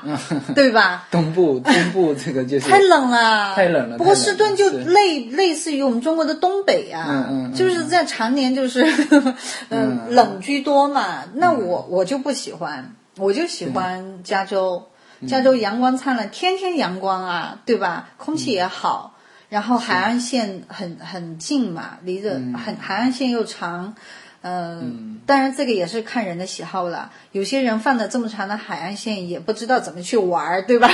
Speaker 3: 对吧？
Speaker 2: 东部东部这个就是
Speaker 3: 太冷了，
Speaker 2: 太冷了
Speaker 3: 波
Speaker 2: 太冷
Speaker 3: 士
Speaker 2: 了
Speaker 3: 顿就是类类似于我们中国的东北啊，
Speaker 2: 嗯嗯嗯
Speaker 3: 就是在常年就是， 嗯，冷居多嘛。那我我就不喜欢，我就喜欢加州，加州阳光灿烂，天天阳光啊，对吧？空气也好。然后海岸线很很近嘛，离着很海岸线又长，嗯，当然这个也是看人的喜好了。有些人放了这么长的海岸线，也不知道怎么去玩儿，对吧？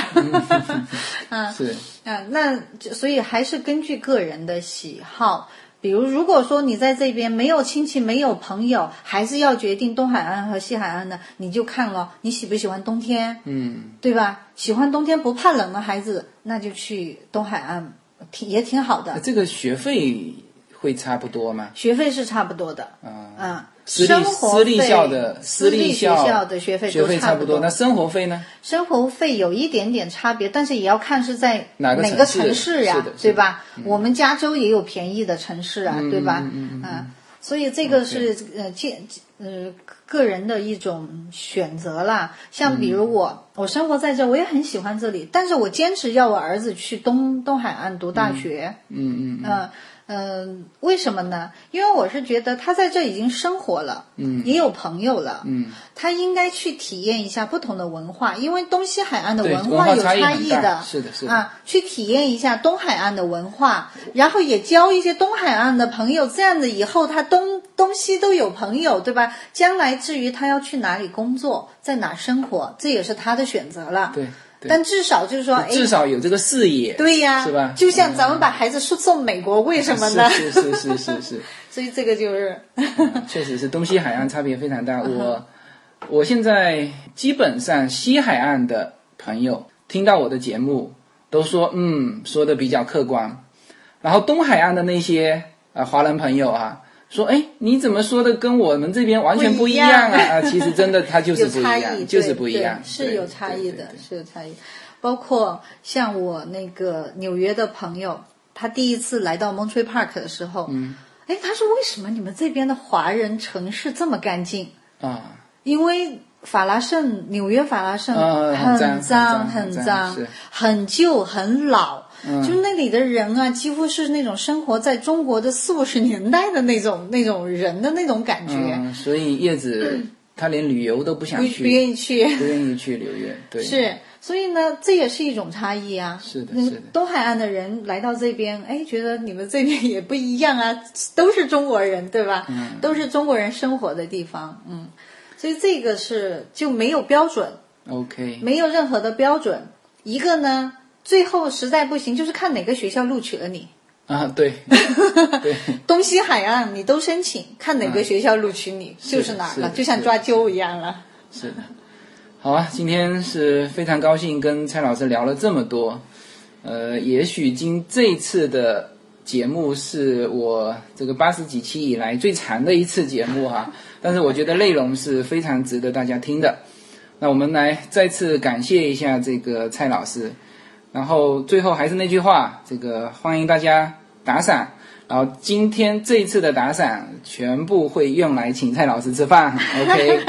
Speaker 3: 嗯，
Speaker 2: 是
Speaker 3: 啊，那就所以还是根据个人的喜好。比如，如果说你在这边没有亲戚、没有朋友，还是要决定东海岸和西海岸呢，你就看咯，你喜不喜欢冬天，
Speaker 2: 嗯
Speaker 3: 对吧？喜欢冬天不怕冷的孩子，那就去东海岸，挺也挺好
Speaker 2: 那
Speaker 3: 的，
Speaker 2: 啊这个学费会差不多吗？
Speaker 3: 学费是差不多的，
Speaker 2: 啊、
Speaker 3: 嗯，
Speaker 2: 私立
Speaker 3: 生活
Speaker 2: 私立
Speaker 3: 费
Speaker 2: 校的
Speaker 3: 私
Speaker 2: 立
Speaker 3: 学校的学费
Speaker 2: 学
Speaker 3: 都
Speaker 2: 费
Speaker 3: 差
Speaker 2: 差不多，那生活费呢？
Speaker 3: 生活费有一点点差别，但是也要看是在
Speaker 2: 哪个
Speaker 3: 个
Speaker 2: 城市
Speaker 3: 城市呀、
Speaker 2: 是的是的嗯
Speaker 3: 对吧？我们加州也有便宜的城市啊，对吧？嗯所以这个是呃见呃个人的一种选择啦。
Speaker 2: 嗯
Speaker 3: 像比如我，我生活在这，我也很喜欢这里，但是我坚持要我儿子去东东海岸读大学。
Speaker 2: 嗯嗯嗯
Speaker 3: 嗯嗯，为什么呢？因为我是觉得他在这已经生活了，嗯，也有朋友了，
Speaker 2: 嗯，
Speaker 3: 他应该去体验一下不同的文化，因为东西海岸的
Speaker 2: 对
Speaker 3: 化
Speaker 2: 文化
Speaker 3: 有
Speaker 2: 差异很
Speaker 3: 异
Speaker 2: 大
Speaker 3: 的，
Speaker 2: 是的是的
Speaker 3: 啊，去体验一下东海岸的文化，然后也交一些东海岸的朋友，这样的以后他东东西都有朋友，对吧？将来至于他要去哪里工作，在哪生活，这也是他的选择了，
Speaker 2: 对。对
Speaker 3: 但至少就是说，哎，
Speaker 2: 至少有这个视野，
Speaker 3: 对呀、
Speaker 2: 是吧？嗯
Speaker 3: 就像咱们把孩子送送美国，为什么 呢？
Speaker 2: 是是是是是是， 嗯
Speaker 3: 所以这个就是，
Speaker 2: 确实是东西海岸差别非常大。
Speaker 3: 嗯
Speaker 2: 我我现在基本上西海岸的朋友听到我的节目都说，嗯，说的比较客观。然后东海岸的那些啊、呃华人朋友啊，说，哎，你怎么说的跟我们这边完全不一样
Speaker 3: 不一
Speaker 2: 啊？
Speaker 3: 样
Speaker 2: 啊，其实真的它 就是
Speaker 3: 有
Speaker 2: 不一
Speaker 3: 差异，
Speaker 2: 样，就是
Speaker 3: 对
Speaker 2: 不一
Speaker 3: 对
Speaker 2: 样，
Speaker 3: 是
Speaker 2: 对
Speaker 3: 有差异的
Speaker 2: 对，对
Speaker 3: 是有差异。包括像我那个纽约的朋友，他第一次来到 Monterey Park 的时候，嗯，哎，他说为什么你们这边的华人城市这么干净？
Speaker 2: 对啊。
Speaker 3: 因为法拉盛，纽约法拉盛
Speaker 2: 嗯
Speaker 3: 很
Speaker 2: 很脏
Speaker 3: 很
Speaker 2: 很脏
Speaker 3: 脏
Speaker 2: 是，
Speaker 3: 很旧，很老。
Speaker 2: 嗯
Speaker 3: 就那里的人啊，几乎是那种生活在中国的四五十年代的那种那种人的那种感觉，
Speaker 2: 嗯，所以叶子他连旅游都不想
Speaker 3: 不
Speaker 2: 去，
Speaker 3: 不愿意去。
Speaker 2: 不愿意去纽约，对，
Speaker 3: 是，所以呢，这也是一种差异啊。
Speaker 2: 是的
Speaker 3: 那
Speaker 2: 是的
Speaker 3: 东海岸的人来到这边，哎，觉得你们这边也不一样啊，都是中国人，对吧？嗯，都是中国人生活的地方，嗯，所以这个是就没有标准，
Speaker 2: OK，
Speaker 3: 没有任何的标准。一个呢，最后实在不行，就是看哪个学校录取了你。
Speaker 2: 啊，对，对，
Speaker 3: 东西海岸你都申请，看哪个学校录取你、
Speaker 2: 是的
Speaker 3: 就是哪儿
Speaker 2: 嗯是
Speaker 3: 了，
Speaker 2: 的
Speaker 3: 就像抓阄一样了。
Speaker 2: 是的，好啊，今天是非常高兴跟蔡老师聊了这么多，呃，也许今这次的节目是我这个八十几期以来最长的一次节目哈、但是我觉得内容是非常值得大家听的。那我们来再次感谢一下这个蔡老师，然后最后还是那句话，这个欢迎大家打赏。然后今天这一次的打赏全部会用来请蔡老师吃饭，OK？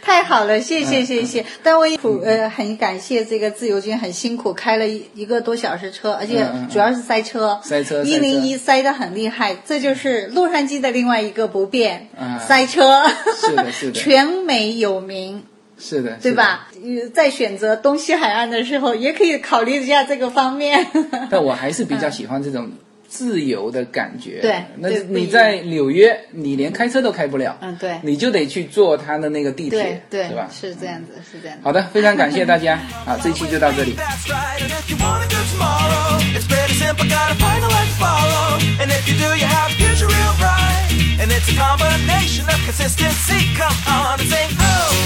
Speaker 3: 太好了，谢
Speaker 2: 嗯
Speaker 3: 谢谢谢。但我也苦呃很感谢这个自由军，很辛苦开了一一个多小时车，而且
Speaker 2: 嗯嗯
Speaker 3: 主要是塞车，
Speaker 2: 塞车塞
Speaker 3: 一
Speaker 2: 车
Speaker 3: 零一塞得很厉害，这就是洛杉矶的另外一个不便，
Speaker 2: 嗯
Speaker 3: 塞车。
Speaker 2: 是的是的
Speaker 3: 全美有名，
Speaker 2: 是的，
Speaker 3: 对
Speaker 2: 是的
Speaker 3: 吧？呃在选择东西海岸的时候，也可以考虑一下这个方面。
Speaker 2: 但我还是比较喜欢这种自由的感觉。
Speaker 3: 嗯对
Speaker 2: 那
Speaker 3: 对不
Speaker 2: 你
Speaker 3: 一样
Speaker 2: 在纽约，你连开车都开不了，
Speaker 3: 嗯对
Speaker 2: 你就得去坐他的那个地
Speaker 3: 对
Speaker 2: 铁，
Speaker 3: 对
Speaker 2: 吧？
Speaker 3: 是这样子，是这样子。
Speaker 2: 好的，非常感谢大家，啊，这期就到这里。
Speaker 1: That's right. And if you wanna do tomorrow, it's pretty simple. Gotta find a life to follow. And if you do, you have future real right. And it's a combination of consistency. Come on and sing. Oh.